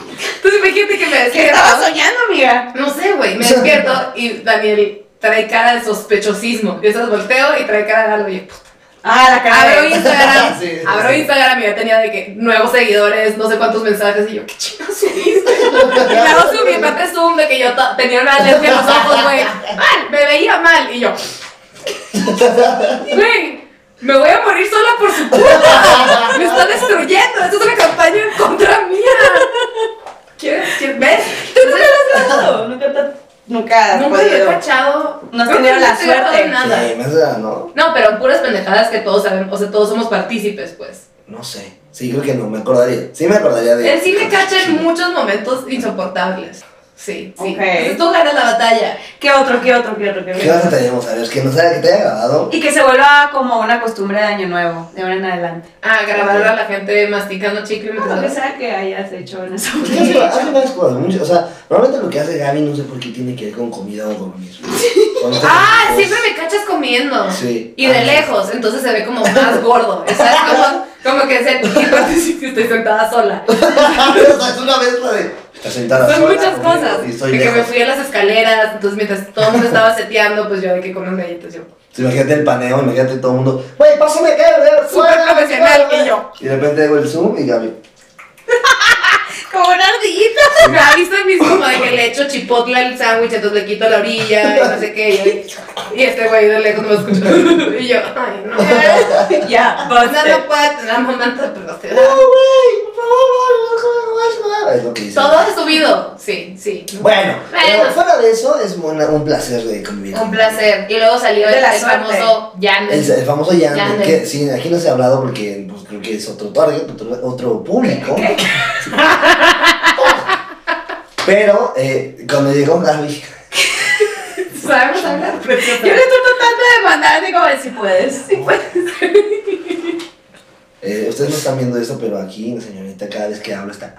Entonces imagínate que me ¿Qué despierto. estaba soñando, amiga? No sé, güey, me despierto y Daniel trae cara de sospechosismo. Yo esas volteo y trae cara de algo y Ah, la cara abro de... Instagram, Sí, sí, abro sí. Instagram y ya tenía de que nuevos seguidores, no sé cuántos mensajes y yo, ¿qué chingados subiste? y luego subí, me aparte Zoom de que yo to- tenía una alergia en los ojos, güey. Mal, me veía mal. Y yo, güey, me voy a morir sola por su culpa. Me está destruyendo. Esto es una campaña en contra mía. ¿Quieres? ¿Quieres? ¿Ves? No, Nunca te- Nunca has Nunca lo he podido. cachado. No has Creo que no tenido la te he cachado suerte. nada. sí, me suena, ¿no? No, pero puras pendejadas que todos sabemos, o sea, todos somos partícipes, pues. No sé. Sí, creo que no, me acordaría. Sí, me acordaría de. Él sí me cacha en muchos momentos insoportables. Sí, sí. Ok. Entonces tú ganas la batalla. ¿Qué otro, qué otro, qué otro, qué ¿Qué vas a otro? tener? A ver, es que no sabe que te haya grabado. Y que se vuelva como una costumbre de año nuevo, de ahora en adelante. Ah, grabar a la gente masticando chicle Lo que mientras... sea que hayas hecho en esa ¿Qué hace? Hace varias cosas, mucho- O sea, normalmente lo que hace Gaby no sé por qué tiene que ver con comida o dormir. Son cosas- Ah, siempre me cachas comiendo. Sí. Y de Ah, lejos, entonces se ve como más gordo. ¿Sabes? Como, como que se... y aparte sí que estoy sentada sola. o sea, es una mezcla de. Está sentada Son sola muchas conmigo cosas. Y estoy De que me lejos. fui a las escaleras, entonces mientras todo el mundo estaba seteando, pues yo de que comer galletas, yo... Sí, imagínate el paneo, imagínate todo el mundo. Güey, pásame acá, güey. Súper fuera, profesional, fuera". y yo. Y de repente hago el zoom y Gaby. Como una ardillita. Me ha visto el mismo de que le echo chipotle al sándwich, entonces le quito la orilla y no sé qué. y- Y, este güey de lejos no me escucha. Y yo, ay, no. Ya, No, no puede tener momentos, pero se No, da. güey, por favor, no, no, no, no, no". Es lo que dice. Todo es subido. Sí, sí. Bueno, Bueno. pero fuera de eso, es una- un placer de convivir. Un placer. Y luego salió De el, la el suerte. famoso El, Yander. el famoso Yander, Yander. que sí, aquí no se ha hablado porque pues, creo que es otro target, otro, otro público. Oh. Pero eh, cuando llegó Gaby, ¿Sabemos hablar? Yo le estoy tratando de mandar, digo, a ver si puedes. Si puedes. eh, ustedes no están viendo esto, pero aquí la señorita cada vez que hablo está...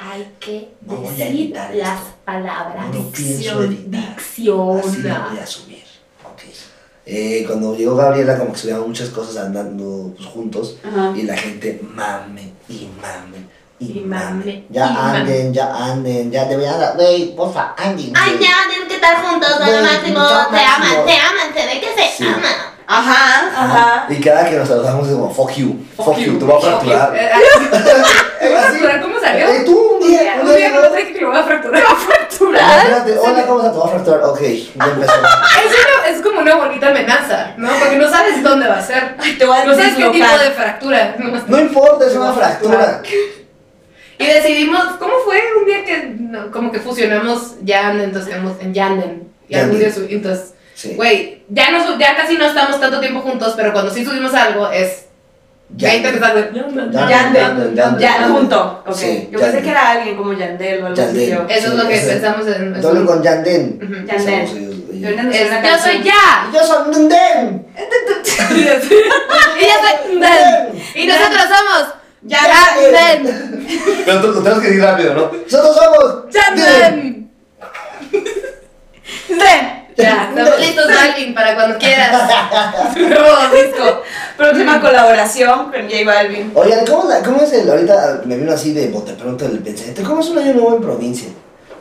Hay que No voy a decir editar esto. las palabras. No pienso editar. Así lo voy Dicciona. a subir. Ok. Eh, cuando llegó Gabriela, como que subíamos muchas cosas andando pues, juntos. Ajá. Y la gente mame y mame y, Y mame. mame, Ya y mame. anden, ya anden, ya deberían dar, güey, porfa, anden. Ay, güey. ya, tienen que estar juntos, son Güey, lo máximo. son Te máximo. aman, te aman, se ve que se Sí. aman. Ajá, Ajá. ajá. Y cada que nos saludamos es como, fuck you, fuck you, te voy a Fuck you. fracturar. Eh, ¿Te voy a fracturar? ¿Cómo salió? Eh, tú un día, Un día no sé que lo voy a fracturar. ¡Lo voy a fracturar! Espérate, hola, ¿cómo se te va a fracturar? Ok, ya empezó. Es, una- es como una bonita amenaza, ¿no? Porque no sabes dónde va a ser. Ay, te voy a No sabes qué tipo dislocar. de fractura. Ah, No importa, es una fractura. Y decidimos, ¿cómo fue un día que no, como que fusionamos Yanden, entonces quedamos en Yanden? Y algún día sub- entonces, Sí. güey, ya, no su- ya casi no estamos tanto tiempo juntos, pero cuando sí subimos algo es Ya. 20 pesadas de Yanden. Ya, Yandel. Yandel. Ya, junto. Ok. Sí, Yo pensé Yandel. que era alguien como Yandel o algo así. Yandel. yo. Eso es lo que Sí, ese- pensamos en... en- Dolo con Yanden. Ujú. Yandel. Somos ellos, Yo ellos. no sé Es, una yo soy canción. ya. Yo soy Yanden. y yo soy Yanden. Y nosotros somos Yanden. eh, Pero tú lo tenemos que decir rápido, ¿no? Nosotros somos ¡Chandan! Ya, estamos listos, Balvin, para cuando quieras. Tu nuevo disco. Próxima colaboración con J Balvin. Oigan, ¿cómo, la- ¿cómo es el.? Ahorita me vino así de bote pronto el pensamiento. ¿Cómo es un año nuevo en provincia?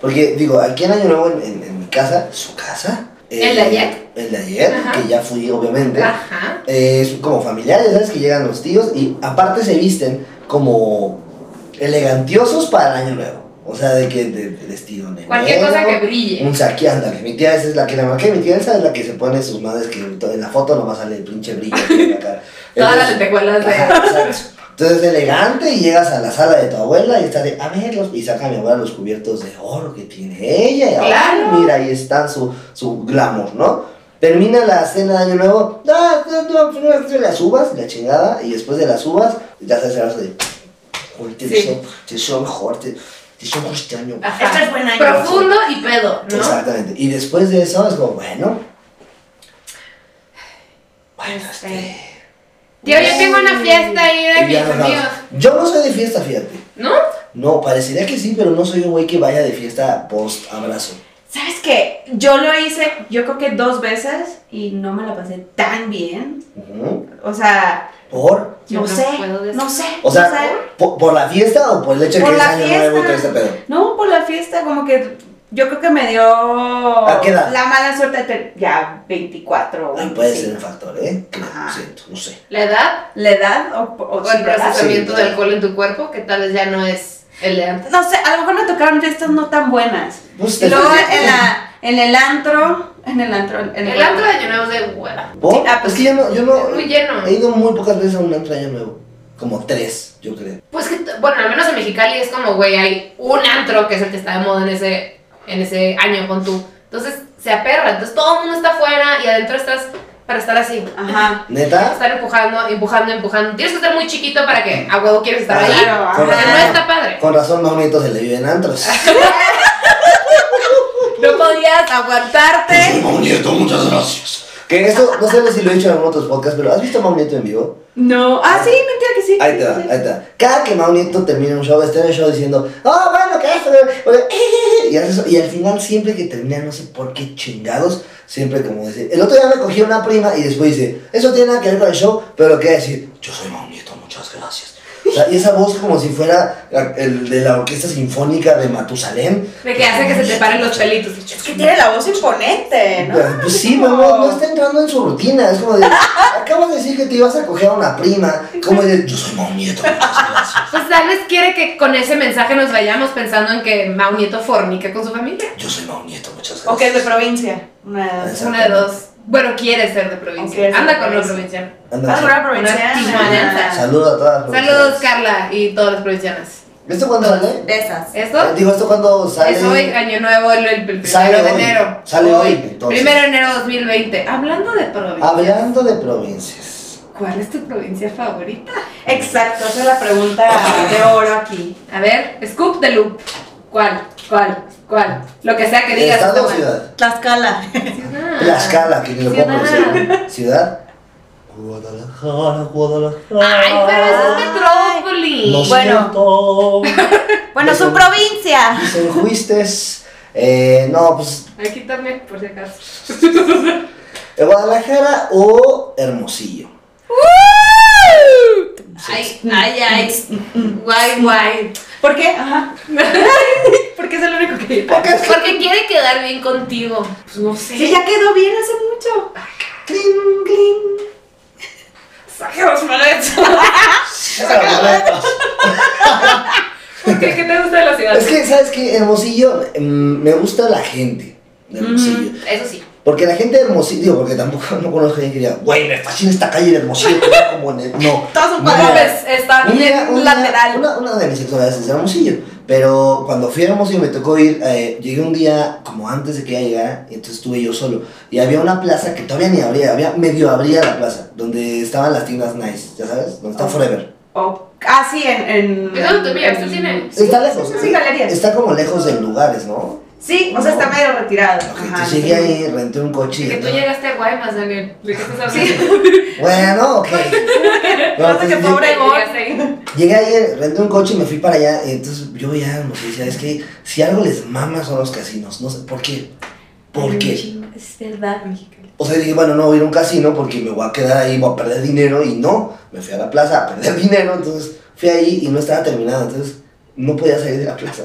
Porque, digo, aquí en año nuevo en, en- en mi casa, su casa. eh, ¿El de ayer? El de ayer, Ajá. que ya fui, obviamente. Ajá. eh, es como familiares, ¿sabes? Que llegan los tíos y aparte se visten como elegantiosos para el año nuevo. O sea, de que de, de vestido negro. Cualquier cosa que brille. Un saqué, ándale. Mi tía esa es la que la marqué. Mi tía esa es la que se pone sus madres que to- en la foto nomás sale el pinche brillo aquí en la cara. Todas las Entonces, lentejuelas de. Ajá, exacto. Entonces elegante y llegas a la sala de tu abuela y estás de, a ver, los- y saca a mi abuela los cubiertos de oro que tiene ella. Y, ay, Claro. mira, ahí están su, su glamour, ¿no? Termina la cena de Año Nuevo, ah, no, no, no, las uvas, la chingada, y después de las uvas, ya se hace el de. Uy, te Sí. deseo, te deseo mejor, te, te deseo mejor este año. Ajá. Este es buen año. Profundo y pedo, ¿no? Exactamente. Y después de eso es como, bueno. Bueno, este. Tío, yo tengo una fiesta ahí de y ya mis nos vamos. amigos. Yo no soy de fiesta, fíjate. ¿No? No, parecería que sí, pero no soy un güey que vaya de fiesta post abrazo. ¿Sabes qué? Yo lo hice, yo creo que dos veces y no me la pasé tan bien. Ujú. O sea, ¿Por? Yo no, no sé, puedo decir. no sé. O no sea, sé. ¿Por, por la fiesta o por el hecho de Por que es la año nuevo y todo fiesta. este pedo? No, por la fiesta, como que yo creo que me dio qué edad? la mala suerte de tener ya 24 o Ahí puede 25. ser un factor, ¿eh? Que Lo Ajá. siento, no sé. La edad ¿La edad o, o o el sí, ¿verdad? procesamiento Sí, de alcohol en tu cuerpo, que tal vez ya no es el de antes. No sé, a lo mejor me tocaron fiestas no tan buenas. Pues, Y luego te- en, la, en el antro, en el antro, en el, El antro de Año Nuevo es de hueva. ¿Por? Sí, ah, pues, es que yo no, yo no- es muy lleno. He ido muy pocas veces a un antro de año nuevo. Como tres, yo creo. Pues que, t- bueno, al menos en Mexicali es como, güey, hay un antro que es el que está de moda en ese, en ese año con tú. Entonces se aperra, entonces todo el mundo está afuera y adentro estás para estar así. Ajá. ¿Neta? Estar empujando, empujando, empujando. Tienes que estar muy chiquito para que a huevo quieres estar Ah, ahí. claro, porque ajá. no está padre. Con razón, más bonito se le vive en antros. No podías aguantarte. Nieto, muchas gracias. Que esto, no sé si lo he dicho en algún otro podcast, pero ¿has visto a Mau Nieto en vivo? No. Ah, sí, mentira que sí. Ahí sí, te va, sí. ahí te va. Cada que Mau Nieto termina un show, está en el show diciendo, oh, bueno, ¿qué haces? Oye, eh, Y, hace eso. y al final, siempre que termina, no sé por qué chingados, siempre como dice, el otro día me cogí una prima y después dice, eso tiene nada que ver con el show, pero lo que decir, yo soy Mau Nieto, muchas gracias. O sea, y esa voz como si fuera la- el de la orquesta sinfónica de Matusalén. De que hace que se te paren los pelitos. Es que tiene la voz imponente, ¿no? Pero, Pues sí, Como- mamá, no está entrando en su rutina. Es como de, acabas de decir que te ibas a coger a una prima. Como de, yo soy Mau Nieto. muchas gracias. Pues tal vez quiere que con ese mensaje nos vayamos pensando en que Mau Nieto fornica con su familia. Yo soy Mau Nieto, muchas gracias. O que es de provincia. Una de dos. Una de dos. Bueno, quiere ser de provincia. Ok, Anda sí, con los sí. provincianos. Anda, Ah, una Tijuana. provinciana. Saludos a todas. las Saludos, profesoras. Carla, y todas las provincianas. ¿Esto cuándo sale? Eh, De esas. ¿Esto? Digo, ¿esto cuándo sale? Es hoy, año nuevo, el, el primero de Sale hoy. enero. Sale hoy, entonces. Ah. Primero de enero 2020. Hablando de provincia. Hablando de provincias. ¿Cuál es tu provincia favorita? Exacto, esa es la pregunta de oro aquí. A ver, scoop de loop. ¿Cuál? ¿Cuál? ¿Cuál? Lo que sea que digas. ¿Estado o toma. ciudad? Tlaxcala. Ciudad. Tlaxcala, que ni lo puedo Ciudad. pronunciar. ¿Ciudad? Guadalajara, Guadalajara. Ay, pero eso es Ay. metrópoli. Lo Bueno. siento. Bueno, su provincia. Dicen juistes. Eh, no, pues Aquí también, por si acaso. ¿De Guadalajara o Hermosillo? Ay, ay, ay. Guay, guay. ¿Por qué? Ajá. Porque es el único que Porque quiere quedar bien contigo. Pues no sé. Sí, ya quedó bien hace mucho. ¡Cling, cling! Saquemos maletas. ¿Qué, qué te gusta de la ciudad? Es que, ¿sabes qué? Hermosillo, mm, me gusta la gente de Hermosillo. Eso sí. Porque la gente de Hermosillo, digo, porque tampoco no conozco a alguien que diga, güey, me fascina esta calle de Hermosillo, que está como en el... No. Todos son No. cuadrados. Están Un día- en un día- lateral. Una, una de mis sexualidades es Hermosillo. Pero cuando fui a Hermosillo me tocó ir, eh, llegué un día como antes de que ella llegara, y entonces estuve yo solo. Y había una plaza que todavía ni abría, había medio abría la plaza, donde estaban las tiendas nice, ya sabes, donde está Ah. Forever. O- ah, sí, en. en ¿Es donde tú vivías? ¿Tú en- tienes? está lejos, sí, galerías. está como lejos de lugares, ¿no? Sí, o sea, está medio retirado. Ok, Ajá, entonces sí. llegué ahí, renté un coche y... que tú todo. llegaste a Guaymas, Daniel. ¿De qué estás hablando? Bueno, ok. No, Pasa que entonces pobre Llegaste Gor. ahí. Llegué ahí, renté un coche y me fui para allá. Y entonces yo ya me decía, es que si algo les mama son los casinos. No sé, ¿por qué? Mm. ¿Por qué? Es verdad, Mexicali. O sea, dije, bueno, no voy a ir a un casino porque me voy a quedar ahí, voy a perder dinero. Y no, me fui a la plaza a perder dinero. Entonces fui ahí y no estaba terminado. Entonces no podía salir de la plaza.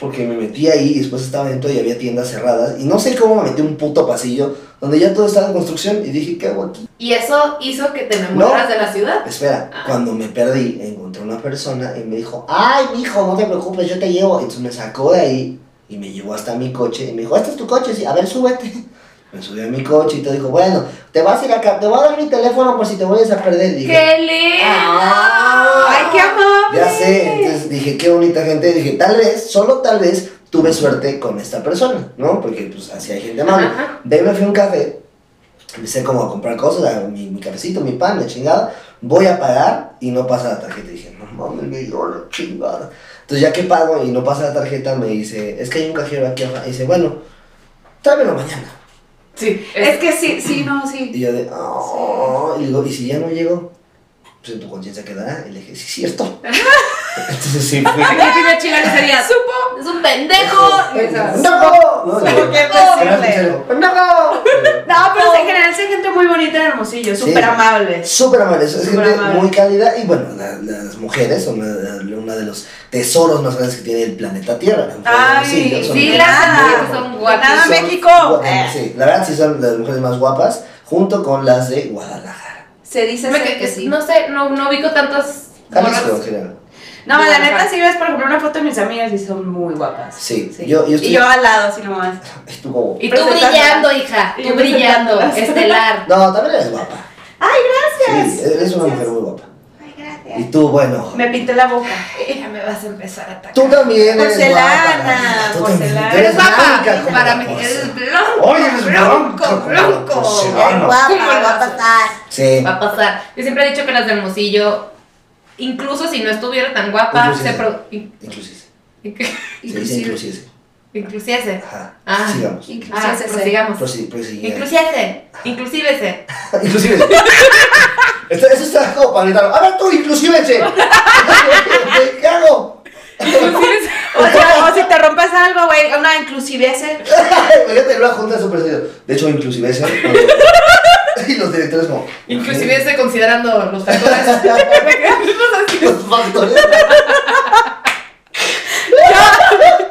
Porque me metí ahí y después estaba dentro y había tiendas cerradas. Y no sé cómo me metí a un puto pasillo donde ya todo estaba en construcción. Y dije, ¿qué hago aquí? Y eso hizo que te enamoraras No. de la ciudad. Espera, Ah. cuando me perdí, encontré una persona y me dijo, ay, mijo, no te preocupes, yo te llevo. Entonces me sacó de ahí y me llevó hasta mi coche y me dijo, este es tu coche, sí, a ver, súbete. Me subió a mi coche y te dijo, bueno, te vas a ir acá, te voy a dar mi teléfono por si te vuelves a perder. Y dije, ¡Qué lindo! Ah. ¡Ay, qué amable! ya sé, entonces dije, qué bonita gente. Y dije, tal vez, solo tal vez, tuve suerte con esta persona, ¿no? Porque pues así hay gente amable. Ajá. De ahí me fui a un café Empecé como a comprar cosas, a mi, mi cafecito, mi pan, la chingada. Voy a pagar y no pasa la tarjeta. Y dije, no mames, me dio la chingada. Entonces ya que pago y no pasa la tarjeta, me dice, es que hay un cajero aquí afuera. Y dice, bueno, tráemelo mañana. Sí, Es que sí, sí, no, sí. Y yo de, "Ah". y digo, ¿y si ya no llego? Pues en tu conciencia quedará. Y le dije, sí, cierto. Entonces sí, fui. Aquí el primer chingado sería, supo, es un pendejo. Esas. ¡No! No, Solo no. quiero Era decirle. sincero, ¡No! Pero No, pero en general sí hay gente muy bonita en Hermosillo, Sí. súper amable. Súper amable, es Súper gente amable. muy cálida y bueno, la- las mujeres son una, una de los tesoros más grandes que tiene el planeta Tierra. en Ay, Hermosillo, son Sí, muy las Nada. mujeres son Nada, guapas. son ¡Ah, México. Eh. guapas, Sí, la verdad sí son las mujeres más guapas junto con las de Guadalajara. Se dice Me- ser que sí. No sé, no, no ubico tantas Jalisco en morras. general. No, Bueno, la neta ajá. sí ves, por ejemplo, una foto de mis amigas y son muy guapas. Sí, Sí. Yo, yo estoy... Y yo al lado, así nomás. es tu bobo. Y tú Presentándolas. brillando, hija, Y tú yo brillando, presentándolas. estelar. No, también eres guapa. ¡Ay, gracias! Sí, eres una mujer muy guapa. Ay, gracias. Y tú, bueno... Me pinté la boca. Ya me vas a empezar a atacar. Tú también eres Porcelana, guapa. Tú también porcelana. Eres eres guapa, blanca como para la mí eres porcelana. blanco, Oye, eres blanca blanco, como la blanco. porcelana. ¿Cómo Guapa, lo guapa haces? estás. Sí. Va a pasar. Yo siempre he dicho que las de Hermosillo, incluso si no estuviera tan guapa, Inclusive. se pro... in- Inclusive. in- Se dice inclusive. Inclusiese. Ajá. Ah. Sigamos. Ah, Inclusive se prosigamos. Prosi- prosigamos. Inclusiese. Inclusivese. Inclusive. Esto- Eso está como para gritar. Ahora tú, inclusive. che". ¿Qué hago? O, sea, o si te rompes algo, güey, una inclusive ese. Imagínate en una junta de superstición. De hecho, inclusive ese. eh, Y los directores como. Inclusivese considerando los factores. Los factores.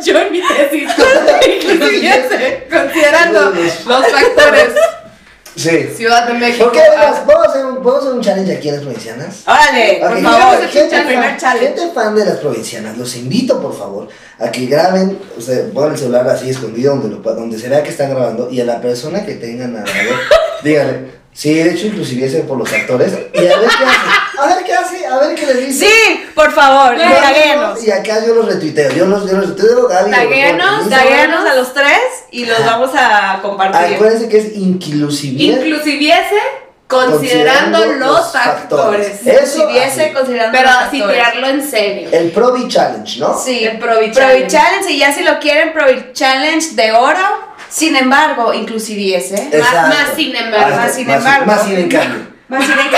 Yo en mi tesis. Inclusiviese. Considerando Los- los factores. Sí. Ciudad de México. Ah, ¿Por qué? Vamos vamos a hacer un- vamos a hacer un challenge aquí en las provincianas. Órale, Ok, por y favor. luego se gente, escucha el fan, primer challenge. gente fan de las provincianas, los invito por favor a que graben, o sea, pongan el celular así escondido donde, lo, pa- donde se vea que están grabando y a la persona que tengan al lado, díganle, sí, de hecho inclusive ese por los actores, y a ver qué hace, a ver qué hace, a ver qué les dice. Sí, por favor, Claro. taguéanos. Y acá yo los retuiteo, yo los, yo los retuiteo, Gaby. Taguéanos, los- Taguéanos a los tres y los Ajá. vamos a compartir. Acuérdense que es inclusive. Inclusiviese considerando los factores. Eso, si viese así. considerando Pero los así factores. tirarlo en serio. el Provi Challenge, ¿no? Sí, El Provi Provi Challenge. Challenge, y ya si lo quieren, Provi Challenge de oro. Sin embargo, inclusive ¿eh? ese. Más- Exacto. más sin embargo. Más sin embargo. Más sin en cambio. Más sin embargo.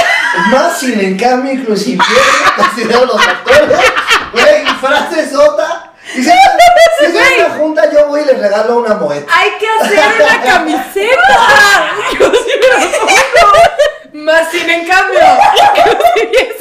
Más sin en cambio, inclusive, considero los actores. Güey, frase sota. Y si si se hacen una junta, yo voy y les regalo una moeta. Hay que hacer una camiseta. Yo sí me lo pongo. Más sin en cambio.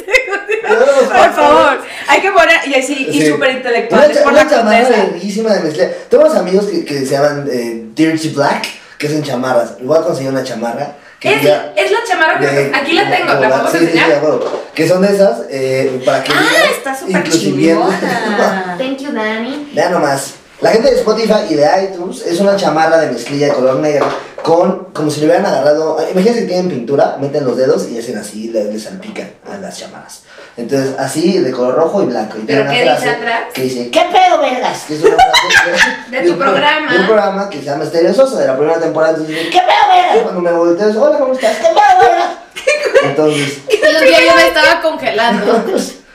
Por favor, hay que poner. Y así, y Sí. súper Una, intelectuales cha- por una la chamarra condesa. larguísima de Nestlé. Tengo unos amigos que, que se llaman eh, Dirty Black, que hacen chamarras. Voy a conseguir una chamarra. Que Es, diga es la chamarra que de- aquí la tengo, la como podemos sí, sí, sí, de enseñar. acuerdo. Que son de esas, eh, para que Ah, diga, está súper inclusive- chingona. Thank you, Dani. Vean nomás. La gente de Spotify y de iTunes es una chamarra de mezclilla de color negro con como si le hubieran agarrado. Imagínense que tienen pintura, meten los dedos y hacen así, le, le salpican a las chamarras. Entonces, así de color rojo y blanco. Y tiene ¿Pero una qué dice frase atrás? que dice, ¿qué pedo vergas? Que es una frase que- De tu un pro- programa. De un programa que se llama Stereo Sosa de la primera temporada. Entonces dice, ¿qué pedo vergas? Cuando me volteo, dice, hola, ¿cómo estás? ¿Qué pedo vergas? Entonces, Y un día yo me estaba congelando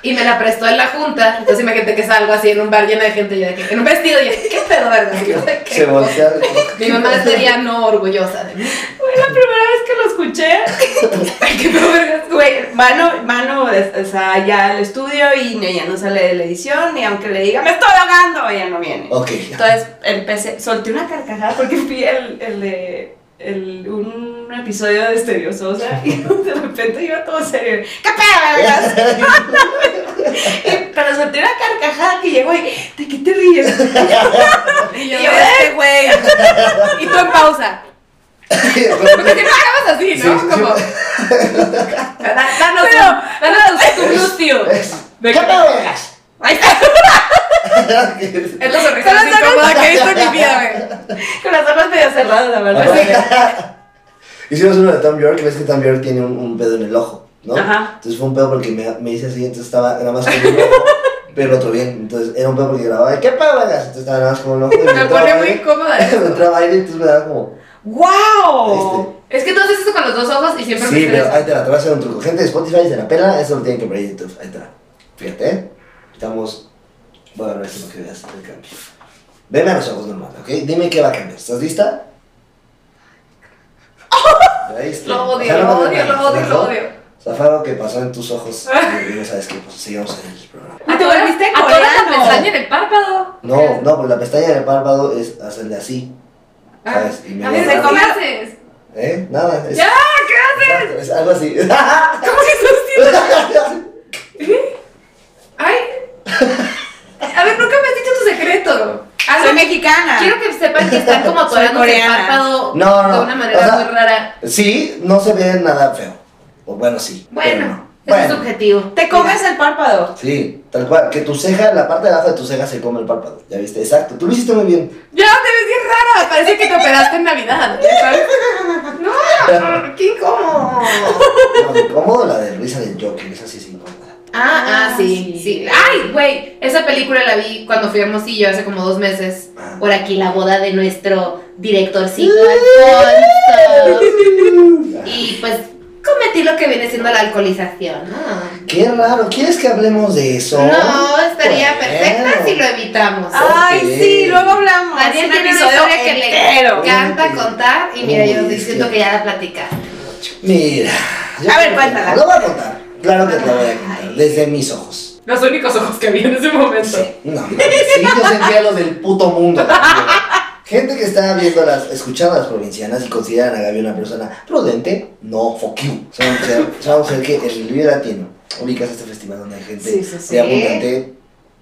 y me la prestó en la junta. Entonces imagínate que salgo así en un bar lleno de gente y yo de que, en un vestido y yo, ¿qué pedo, verdad? ¿Qué- qué- se voltea. Mi mamá estaría no orgullosa de mí. Fue la primera vez que lo escuché. ¿Qué pedo, vergas? Güey, mano, mano, es- o sea, ya al estudio y ella no sale de la edición. Y aunque le diga, me estoy ahogando, ella no viene. Ok. Entonces empecé, solté una carcajada porque vi el, el de el- un episodio de Stereo Sosa y de repente iba todo serio. ¿Qué pedo, vergas?" Y- Pero solté una carcajada que llegó y, ¿de qué te ríes? Y Y yo, yo, "Eh". este güey. y tú en pausa. Porque siempre acabas así, ¿no? Sí, sí. Como. Da- Danos, Pero- un- danos tu glúteo. Es- ¿De ¿Qué qué? pedo vergas? Ahí está, Es la sonrisa Solo más sacas- incómoda que he visto en mi vida, con las ojos medio cerradas, la verdad. Hicimos uno de Tom York, ves que Tom York tiene un, un pedo en el ojo, ¿no? Ajá. Entonces fue un pedo porque me, me hice así, entonces estaba nada más con un ojo, pero el otro bien. Entonces era un pedo porque grababa, ¿qué pedo vergas? Entonces estaba nada más con un ojo. y güey. Me entraba pone muy aire, incómoda Me este, eso. Oh. entraba aire, entonces me daba como, ¡Wow! Es que tú haces eso con los dos ojos y siempre me Sí, pero estresas. ahí te la, te voy a hacer un truco. Gente de Spotify se la pela, eso lo tienen que poner en YouTube. Ahí te la. Fíjate, ¿eh? Estamos. Voy a agarrar esto para que veas el cambio. Veme a los ojos normal, ¿ok? Dime qué va a cambiar. ¿Estás lista? Ahí está. Lo O odio, sea, no lo me odio, engañes, lo odio, ¿no? lo odio. Zafaro, que pasó en tus ojos? Y no sabes qué pasó. Sigamos en el programa. ¿Ah, Y te volviste Atoras la coreano. pestaña en el párpado. No, no, pues la pestaña del párpado es hacerle así. ¿Sabes? Y me A voy mí a se se dar- come- haces? ¿Eh? Nada. Es, ¡Ya! Exacto, es algo así. ¿Cómo que sostienes? ¡Ay! A ver, nunca me has dicho tu secreto. Algo- Soy mexicana. Quiero que sepan que están como Soy atorando el coreana. párpado No, no, de una manera o sea- eh, muy rara. Sí, no se ve nada feo. O bueno, sí. pero no. Bueno, eso es Bueno, subjetivo. Te comes el párpado. sí, tal cual. Que tu ceja, la parte de abajo de tu ceja se come el párpado. Ya viste, exacto. Tú lo hiciste muy bien. Ya te ves bien rara, parece que te operaste en Navidad. ¿ya sabes? No, qué incómodo. No, de cómodo la de risa del Joker, esa sí es incómoda. Ah, ah, sí, sí. Sí. Ay, güey, esa película la vi cuando fui a Hermosillo hace como dos meses. Ah. Por aquí la boda de nuestro directorcito Alfonso. ah, Y pues cometí lo que viene siendo la alcoholización, ¿no? Qué raro, ¿quieres que hablemos de eso? No, estaría Bueno. perfecta si lo evitamos. Ah, Ay, Ok. sí, luego hablamos. Daniel Un tiene una episodio historia que le entero. encanta contar y mira, yo Uy, es diciendo que- que ya la platicas. Mira. yo A ver, creo que cuéntala. no. Lo voy a contar. Claro que te lo voy a contar. Desde mis ojos. Los únicos ojos que vi en ese momento. Sí. No, mames, sí, yo sentía los del puto mundo. Gente que está viendo las, escuchando a las provincianas y consideran a Gaby una persona prudente, no, fuck you. Es una mujer, es una mujer que en el Vive Latino ubicas este festival donde hay gente Sí, sí, sí. de abundante,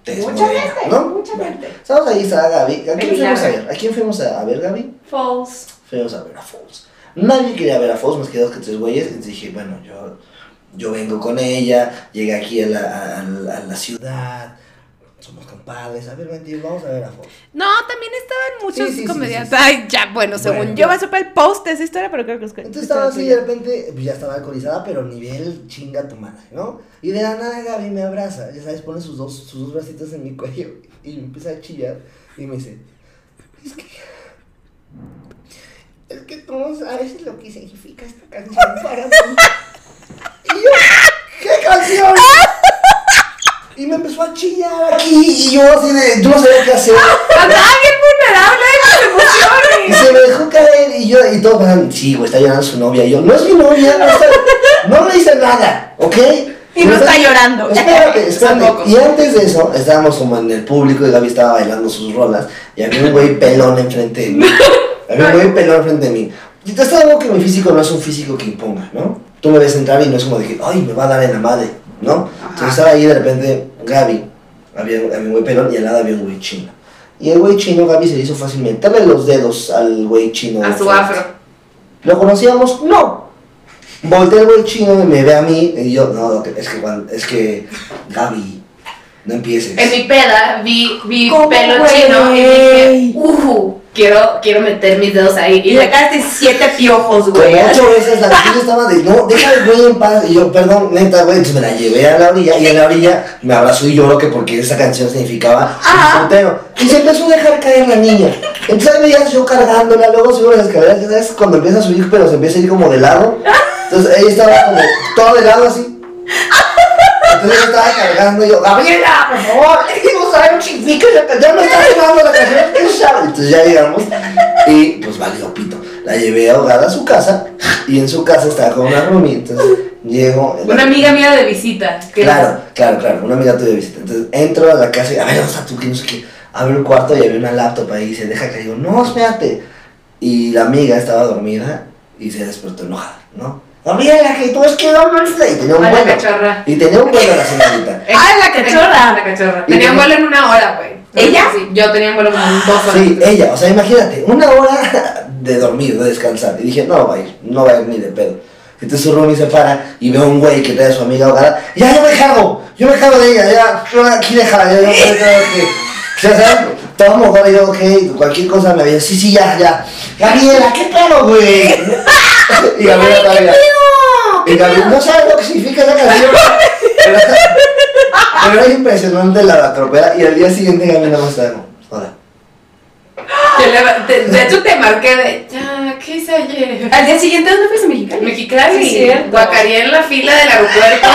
te es Mucha morena, gente, ¿no? mucha Bueno, gente. Estamos ahí, está Gaby. ¿A quién Milagro. fuimos a ver? ¿A quién fuimos a, a ver, Gaby? False. fuimos a ver a Fox. Nadie quería ver a Fox más que dos que tres güeyes. Entonces dije, bueno, yo, yo vengo con ella, llegué aquí a la, a- a- a la ciudad, somos compadres, a ver, vente, vamos a ver a Fox. No, también estaban muchos Sí, sí, sí, comediantes. sí, sí. Ay, ya, bueno, según Bueno. yo. Yo me supe el post de esa historia, pero creo que es que. Entonces estaba así, de repente, pues ya estaba alcoholizada, pero nivel chinga tu madre, ¿no? Y de la nada Gaby me abraza, ya sabes, pone sus dos, sus dos bracitos en mi cuello y me empieza a chillar y me dice, es que... Es que tú no sabes lo que significa esta canción para mí. Y yo, ¿qué canción? Y me empezó a chillar aquí y yo así de, yo no sabía qué hacer. Andaba bien vulnerable de las Y emociones. se me dejó caer y yo, y todos van, sí, güey, está llorando su novia. Y yo, no es mi novia, no, está, no le hice nada, ¿ok? Y no está llorando. Espérate, espérate. Tampoco. Y antes de eso, estábamos como en el público y Gaby estaba bailando sus rolas y había un güey pelón enfrente de mí. Había un güey pelón enfrente de mí. Y te está algo que mi físico no es un físico que imponga, ¿no? Tú me ves entrar y no es como de que, ay, me va a dar en la madre, ¿no? Entonces estaba ahí de repente Gaby, había, había un güey pelón y al lado había un güey chino. Y el güey chino, Gaby, se le hizo fácil meterle los dedos al güey chino. de A su frente. afro. ¿Lo conocíamos? No. Voltea el güey chino y me ve a mí y yo, no, no, es que, Juan, es que, Gaby, no empieces. En mi peda vi, vi ¿Cómo, pelo güey? chino y dije, uhu, quiero, quiero meter mis dedos ahí. Y Y le la caste siete piojos, Como güey. ocho veces la chica estaba de, no, deja el güey en paz. Y yo, perdón, neta, güey, entonces me la llevé a la orilla y en la orilla me abrazó y lloró que porque esa canción significaba un soltero. Y se empezó a dejar caer la niña. Entonces ahí veías yo cargándola, luego subo las escaleras, ya ¿sabes? Cuando empieza a subir, pero se empieza a ir como de lado. Entonces ella estaba como todo de lado así. Entonces yo estaba cargando y yo, Gabriela, por favor, no sabemos si significa esa canción, no está sonando la canción, ¿qué sabe? Entonces ya llegamos y pues valió pito. La llevé ahogada a su casa y en su casa estaba con una roomie, entonces llego... eh, una amiga mía de visita. que- Claro, claro, claro, una amiga tuya de visita. Entonces entro a la casa y, a ver, ¿dónde está tú? Que no sé qué. Abro el cuarto y había una laptop ahí y se deja que digo, no, espérate. Y la amiga estaba dormida y se despertó enojada, ¿no? Gabriela, que tú es que no no, no". Y tenía A un Ah, la vuelo. cachorra. Y tenía un vuelo la señorita. Ah, la cachorra. La cachorra. Y Tenía un tenía- vuelo en una hora, güey. ¿Ella? Sí, yo tenía un vuelo como en dos horas. Sí, ella, o sea, imagínate, una hora de dormir, de descansar. Y dije, no va a ir, no va a ir ni de pedo. Entonces su roomie se para y veo a un güey que trae a su amiga ahogada. Ya, yo me cago, yo me cago de ella, ya, yo aquí déjala, ya, yo me cago que. O sea, ¿sabes? Todo mojado, y yo, ok, cualquier cosa me había, sí, sí, ya, ya. Gabriela, ¿qué pedo, güey? y Gabriela todavía. Y Gabriela, no sabe lo que significa esa canción. Pero, pero era impresionante la tropera y al día siguiente Gabriela me estaba como, hola. Te leva- te- de hecho, te marqué de Jack. ¿Qué hice ayer? Al día siguiente, ¿dónde fuiste Mexicali? Mexicali. Sí, cierto. Guacareé en la fila del aeropuerto.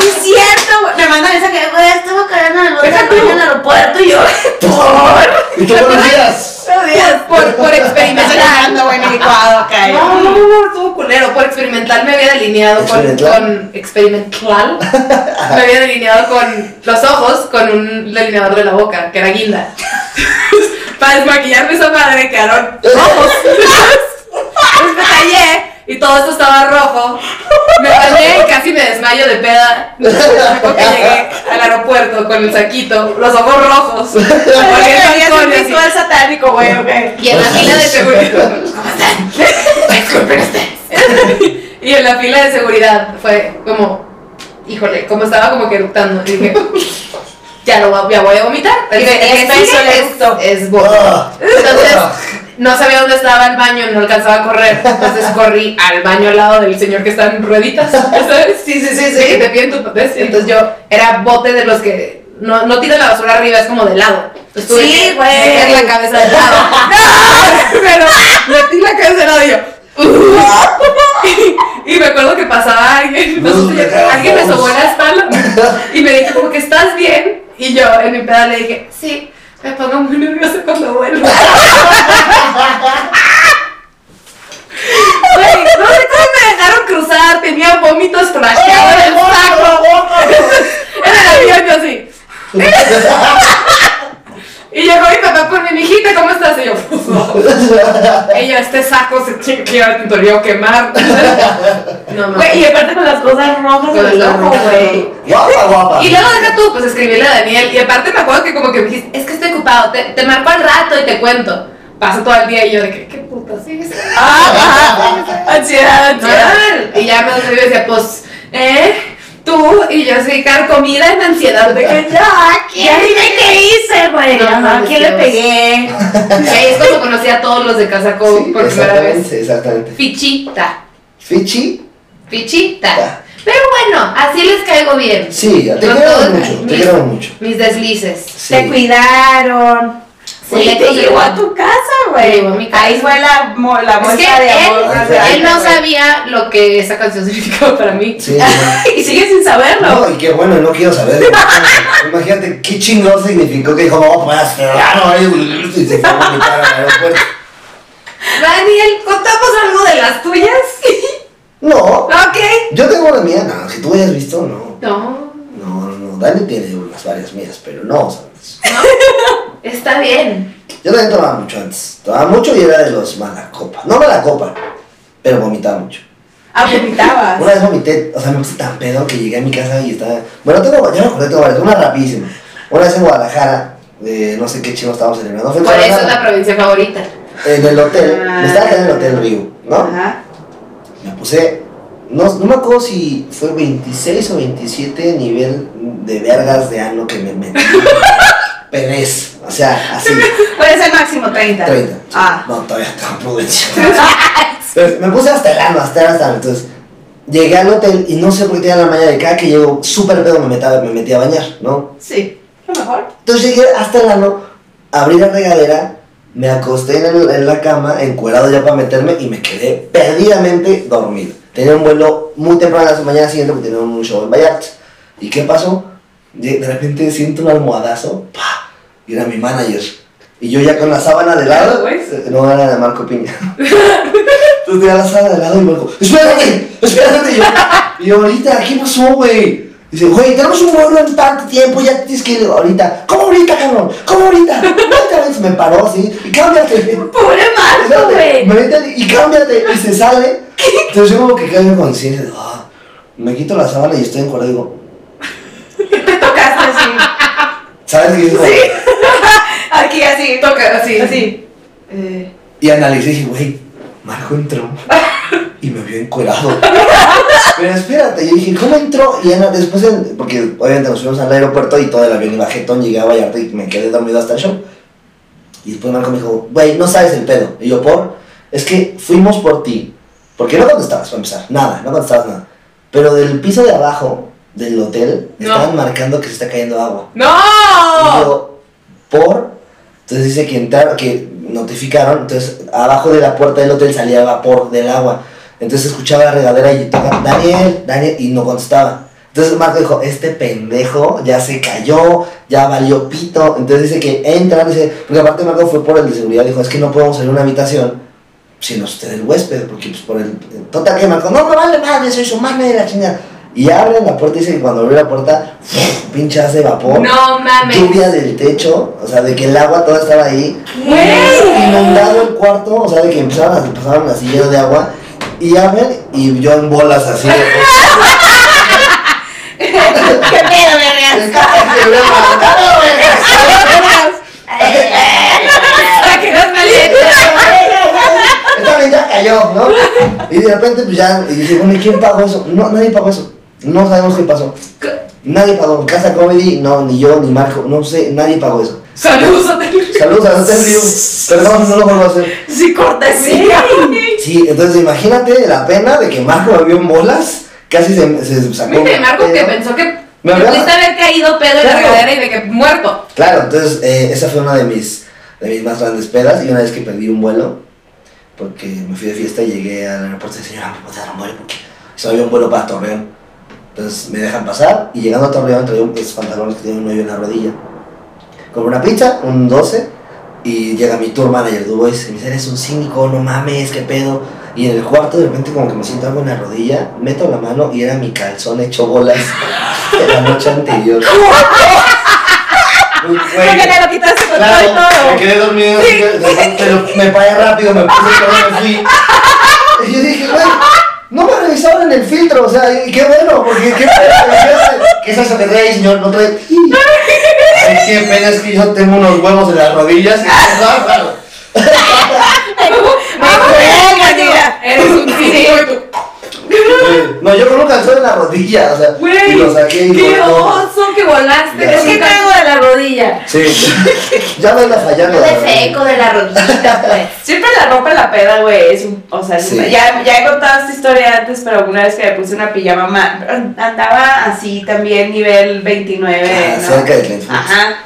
Sí, es cierto, güey. Le mandan esa que, güey, estaba cagando en el bote en el aeropuerto y yo, por. Y tú buenos días. Por, por experimentar. Ando, güey, en el licuado acá. No, no, no, estuvo culero. Por experimental me había delineado con, ¿Experimental? con. Experimental. Me había delineado con los ojos con un delineador de la boca, que era guinda. Para desmaquillarme esa madre quedaron rojos. Entonces me tallé y todo esto estaba rojo. Me bañé y casi me desmayo de peda. Luego que llegué al aeropuerto con el saquito, los ojos rojos. Porque Porque es es un balcón y así. ritual satánico, güey, ok. Y en la fila de seguridad. ¿Cómo están? Disculpen ustedes. Y en la fila de seguridad fue como, híjole, como estaba como que eructando. Y dije, ya, lo, va- ya voy a vomitar. El, Y que- el está que sigue solo es, eructo. es vómito. Entonces, no sabía dónde estaba el baño, no alcanzaba a correr. Entonces corrí al baño al lado del señor que está en rueditas, ¿sabes? Sí, sí, sí, sí. Que te piden tu papel. Entonces yo era bote de los que no, no tira la basura arriba, es como de lado. Entonces tuve Sí, que güey. meter la cabeza de lado. Pero metí la cabeza de lado y yo. Y, y me acuerdo que pasaba alguien, no sé si yo- alguien me sobó la espalda y me dijo como que estás bien y yo en mi peda le dije, sí, me pongo muy nerviosa cuando vuelvo. Güey, no sé cómo me dejaron cruzar, tenía vómitos trasheados en el saco. En el avión yo así. Y llegó mi papá por mi hijita, ¿cómo estás? Y yo, pues no. Ella, este saco se tiene que llevar al tutorial quemar. No, mames. Güey, y aparte con las cosas rojas Con en el las ojo, rojas. güey. Guapa, guapa. Y luego deja tú, pues escribirle a Daniel. Y aparte me acuerdo que como que me dijiste, es que estoy ocupado, te, te marco al rato y te cuento. Paso todo el día y yo de que, qué puta, sí, sí. Ansiedad, No, ansiedad. Y ya me dormí y decía, pues, ¿eh? Tú y yo así, car comida en ansiedad. De que ya, Ya dime ¿quién? qué hice, güey. No, Ajá, no, ¿Quién le Dios. pegué? Y ahí es cuando conocí a todos los de Casaco Sí, por primera vez. Exactamente, exactamente. Fichita, Fichi. fichita. ta. Pero bueno, así les caigo bien. Sí, te Yo queremos todo- mucho, te mis- queremos mucho. Mis deslices. Sí. Te cuidaron. Güey, Sí, te llevó a tu casa, Me güey. llevó a mi casa. Ahí fue la, mo- la Es que muestra de amor. él- más grande, Él no güey. sabía lo que esa canción significaba para mí. Sí, no. Y sigue sin saberlo. No, y qué bueno, no quiero saber. Imagínate, Imagínate qué chingón significó que dijo, vamos a poner a y se fue a vomitar al aeropuerto. Daniel, ¿contamos algo de las tuyas? No, ok. yo tengo una mía, no, si tú hayas visto, no. No, No, no, no, Dani tiene unas varias mías, pero no, ¿sabes? está bien. Yo también tomaba mucho antes. Tomaba mucho y era de los mala copa. No mala copa, pero vomitaba mucho. Ah, vomitabas. Una vez vomité, o sea, me puse tan pedo que llegué a mi casa y estaba. Bueno, tengo, yo me acordé, tengo varias, una rapidísima. Una vez en Guadalajara, eh, no sé qué chingo estábamos celebrando. fue en Por eso es Guadalajara. la provincia favorita. en el hotel, me estaba quedando en el Hotel Río, ¿no? Ajá. Me puse, no, no me acuerdo si fue 26 o 27 nivel de vergas de ano que me metí. Pérez, o sea, así, Puede ser máximo 30. 30. sí. Ah. No, todavía estaba prudencia. Pero me puse hasta el ano, hasta el ano, entonces... Llegué al hotel y no sé por qué tenía la mañana de cada que llego súper pedo me, metaba- me metí a bañar, ¿no? Sí. Lo mejor. Entonces llegué hasta el ano, abrí la regadera, me acosté en, el- en la cama, encuerado ya para meterme, y me quedé perdidamente dormido. Tenía un vuelo muy temprano a la mañana siguiente porque tenía un show en Vallarta. ¿Y qué pasó? De de repente siento un almohadazo, ¡pa! y era mi manager. Y yo ya con la sábana de lado, eh, no era de Marco Piña. Entonces tenía la sábana de lado y Marco, ¡espérate! ¡espérate! Y yo, y yo, ahorita, ¿qué pasó, güey? Dice, güey, tenemos un vuelo en tanto tiempo, ya tienes que ir ahorita. ¿Cómo ahorita, cabrón? ¿Cómo ahorita? Otra vez me paró así, y cámbiate. Pobre Marco, Espérate, güey. me meten y cámbiate y se sale. Entonces yo como que caigo en conciencia de, ah, me quito la sábana y estoy en cuerda y digo, Te tocaste así. ¿sabes qué? Digo, Aquí así. Toca así. Así. Eh, Y analicé y dije, güey, Marco entró y me vio encuerado. Pero espérate, yo dije, ¿cómo entró? Y Ana, después, en- porque obviamente nos fuimos al aeropuerto y todo el avión iba jetón, llegué a Vallarta y me quedé dormido hasta el show. Y después Marco me dijo, güey, no sabes el pedo. Y yo, ¿por? Es que fuimos por ti. Porque no contestabas, para empezar, nada, no contestabas nada. Pero del piso de abajo del hotel No. estaban marcando que se está cayendo agua. ¡No! Y yo, por. Entonces dice que entraron, que notificaron, entonces abajo de la puerta del hotel salía vapor del agua. Entonces escuchaba la regadera y tocaba, Daniel, Daniel, y no contestaba. Entonces Marco dijo, este pendejo ya se cayó, ya valió pito. Entonces dice que entran, dice, porque aparte Marco fue por el de seguridad, dijo, es que no podemos salir a una habitación sin usted el huésped, porque pues por el... Total que Marco, no, no vale madre, soy su madre de la chingada. Y abren la puerta y dice que cuando abrió la puerta, pinche hace vapor No mames. lluvia del techo, o sea, de que el agua toda estaba ahí, inundado el cuarto, o sea, de que empezaban a empezaban así lleno de agua, y abren, y yo en bolas así. de- ¿Qué pedo, vergas? que no Esta vez ya cayó, ¿no? Y de repente, pues ya, y dice, bueno, ¿y quién pagó eso? No, nadie pagó eso. No sabemos qué pasó. Nadie pagó. Casa Comedy, no, ni yo, ni Marco, no sé, nadie pagó eso. Saludos a Saludos a Hotel View. Perdón, no lo vuelvo a hacer. Sí, cortesía. Sí, entonces imagínate la pena de que Marco me vio en bolas, casi se, se sacó. Viste, un Marco, que pedo. pensó que Me había- pudiste haber caído pedo en la Claro. regadera y de que muerto. Claro, entonces eh, esa fue una de mis, de mis más grandes pedas y una vez que perdí un vuelo, porque me fui de fiesta y llegué al aeropuerto y pues, dije, señora, me puedo dar un vuelo porque solo había un vuelo para Torreón. Entonces me dejan pasar y llegando a Torreón traía un- esos pantalones que tienen un hoyo en la rodilla. Compré una pizza, un 12, y llega mi tour manager, Dubois, y me dice, eres un cínico, no mames, qué pedo. Y en el cuarto de repente como que me siento algo en la rodilla, meto la mano y era mi calzón hecho bolas de la noche anterior. Güey, lo quitaste con Claro, me quedé dormido, así que- pero me paré rápido, me puse el pelo y me fui. Y yo dije, güey, no me revisaron en el filtro, o sea, y qué bueno, porque qué pena, ¿qué es eso que trae, señor? No trae. Ay, qué pena, es que yo tengo unos huevos en las rodillas. y es bárbaro. Ah, Eres un cínico y tú. Güey, No, yo con un calzón en la rodilla, o sea, y lo saqué y ¡Qué no, no. oso que volaste! Ya Es sé. que traigo de la rodilla. Sí, ya me anda fallando. la verdad. Ese eco de la rodilla, pues. Siempre la rompe la peda, güey. Es un- o sea, es Sí. una- ya, ya he contado esta historia antes, pero una vez que me puse una pijama, ma- andaba así también, nivel 29. Ah, ¿no? Cerca de Clint Ajá.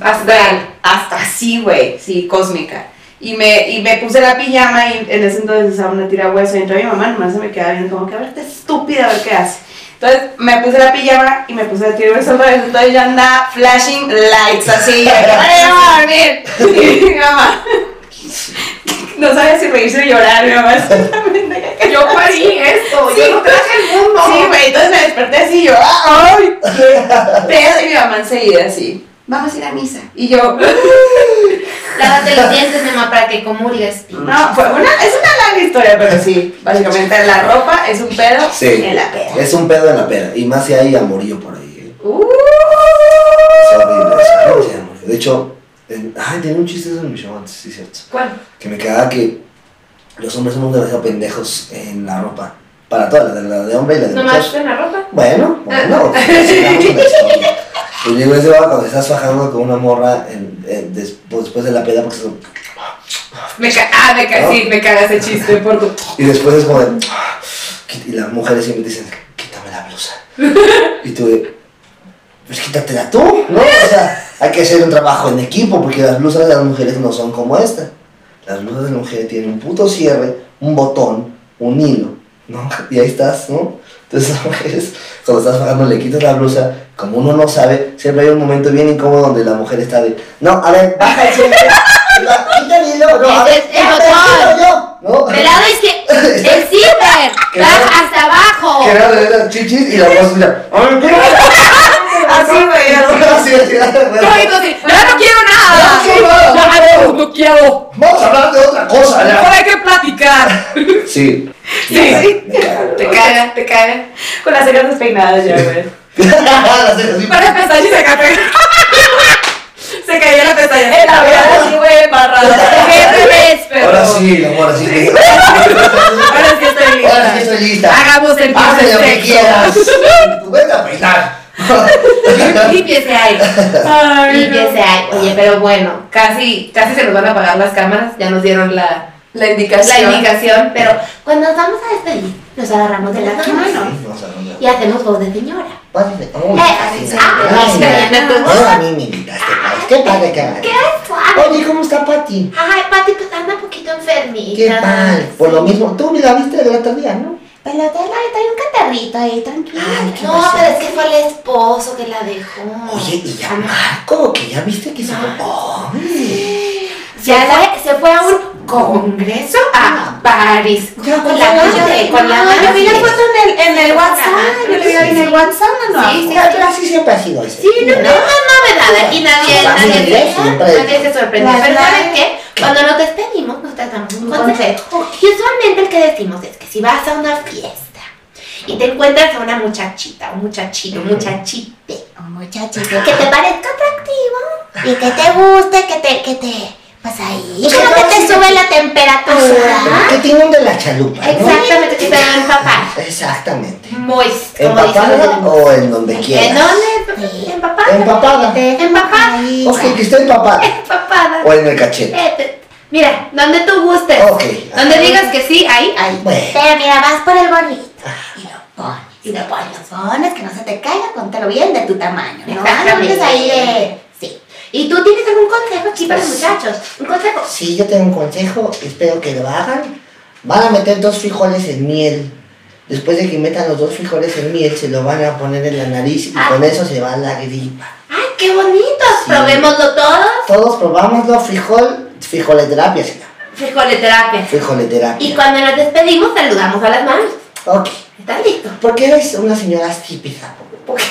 Astral. Hasta así, güey. Sí, cósmica. Y me, y me puse la pijama y en ese entonces usaba una tira hueso. Y entró mi mamá, nomás se me quedaba viendo como que a ver, esta estúpida, a ver qué hace. Entonces me puse la pijama y me puse la tira hueso otra vez. Entonces yo andaba flashing lights así. y yo, "Ay, mamá, a dormir! Y mi mamá. No sabía si reírse o llorar, mi mamá. es una pendeja que Yo parí esto. Sí. Yo no traje el mundo. Sí, güey, entonces me desperté así yo, ¡ah, ¡ay! Pero y mi mamá enseguida así, vamos a ir a misa. Y yo, Lávate los dientes, mamá, para que comulgues. no, fue una, es una larga historia, pero sí, básicamente la ropa es un pedo Sí. en la peda. Es un pedo en la peda, y más si hay amorío por ahí. ¿eh? Uh, Es horrible, es horrible, sí, amor. De hecho, en- ay, tenía un chiste de eso en mi show antes, sí, cierto. ¿Cuál? Que me cagaba que los hombres somos demasiado pendejos en la ropa. Para todas, la de, la de hombre y la de ¿Nomás mujer. en la ropa? Bueno, bueno, pues, sigamos con la historia. Pues llegó ese vato cuando estás fajando con una morra en- en- después, después de la peda, porque son- Me ca ah, me ca ¿No? sí, me caga ese chiste por tu. y después es como de. "Ah, Y las mujeres siempre dicen, quítame la blusa. Y tú de, pues quítatela tú, ¿no? O sea, hay que hacer un trabajo en equipo porque las blusas de las mujeres no son como esta. Las blusas de la mujer tienen un puto cierre, un botón, un hilo, ¿no? Y ahí estás, ¿no? Entonces las mujeres, cuando estás pagando, le quitas la blusa, como uno no sabe, siempre hay un momento bien incómodo donde la mujer está de, no, a ver, baja el cierre, la- quita el hilo, no, a ver, Es- es ya, botón. te lo yo, ¿no? Del lado izquierdo, el zipper, Que no- baja hasta abajo. Que era de las chichis y la voz mira, ¡ay, qué! así, güey, así. Así, así, así, bueno. ¡Ya no quiero No quiero nada. no, no quiero! Vamos a hablar de otra cosa, Ahora ya. hay que platicar! Sí. Sí, sí. Me cago. Te caga, te caga. Con las cejas despeinadas ya, güey. Las cejas, sí. Para empezar, sí se cayó. se cayó la pestaña. El labial así, güey, embarrado. Qué revés, pero. Ahora sí, mi amor, así que. Ahora sí estoy lista. Ahora sí estoy lista. Hagamos el Hazle pase lo que quieras. Tú vete a peinar. Límpiese ahí. Ay, no. Límpiese ahí. Oye, pero bueno. Casi, casi se nos van a apagar las cámaras. Ya nos dieron la, La la indicación. indicación, pero. Pero cuando nos vamos a despedir, nos agarramos de las manos Vamos a hablar. y hacemos voz de señora. Pásate. Ay, Eh, sí, Oh. ah, gracias. bueno. Ah, a mí me invitaste, pues. Qué padre que ¡Qué suave! Oye, ¿cómo está Pati? Ay, Pati, pues anda un poquito enfermita. Qué mal. Por lo mismo, tú me la viste del otro día, ¿no? Pero trae un catarrito ahí, tranquila. Ay, qué no, pasó. pero es que fue el esposo que la dejó. Oye, y ya Marco, que ya viste que se fue. Oh, ya la- se fue a un congreso Ah. a París. Ya, con la ya, madre, ya. con la yo vi la madre. foto en el, en el WhatsApp. Yo le vi en el WhatsApp, no, no. Sí, sí, ya, ya, sí siempre ha sido ese. Sí, no, no, no, no, nada. Aquí nadie, Vamos nadie, a se, inglés, siempre. nadie se sorprende. Las Pero ¿saben labias. qué? Cuando nos despedimos, nos tratamos un consejo. Y usualmente el que decimos es que si vas a una fiesta y te encuentras a una muchachita, un muchachito, un muchachite, Oh, muchachos, que te parezca atractivo y que te guste, que te, que te, pues ahí, O sea, como que vamos te a- sube la temperatura. Que tiene un de la chalupa. ¿no? Exactamente, que te da el papá. Exactamente. Moist, como dicen los ¿Empapada gringos. o en donde ¿En quieras? dónde? Empapada. Empapada. Empapada. Ok, que esté empapada. Empapada. O en el cachete. Eh, te- Mira, donde tú gustes. Ok. Donde digas que sí, ahí. ahí. Bueno. Pero mira, vas por el gorrito Ah. y lo pones, y lo pones, lo pones, que no se te caiga, póntelo bien de tu tamaño, ¿no? Exactamente. Andes ahí de... Sí. ¿Y tú tienes algún consejo aquí para los Pues, muchachos? Un consejo. Sí, yo tengo un consejo, espero que lo hagan. Van a meter dos frijoles en miel. Después de que metan los dos frijoles en miel, se lo van a poner en la nariz y Ah. con eso se va la gripa. ¡Ay, qué bonito! Sí. Probémoslo todo. Todos probámoslo, frijol, frijoleterapia se llama. Frijoleterapia. Y Frijoleterapia. cuando nos despedimos, saludamos a las manos. Ok. ¿Estás listo? Porque eres una señora típica. Porque,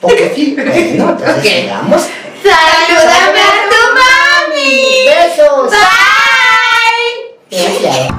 porque sí. Bueno, entonces Ok. llegamos. ¡Salúdame a tu mami! ¡Besos! ¡Bye! Gracias.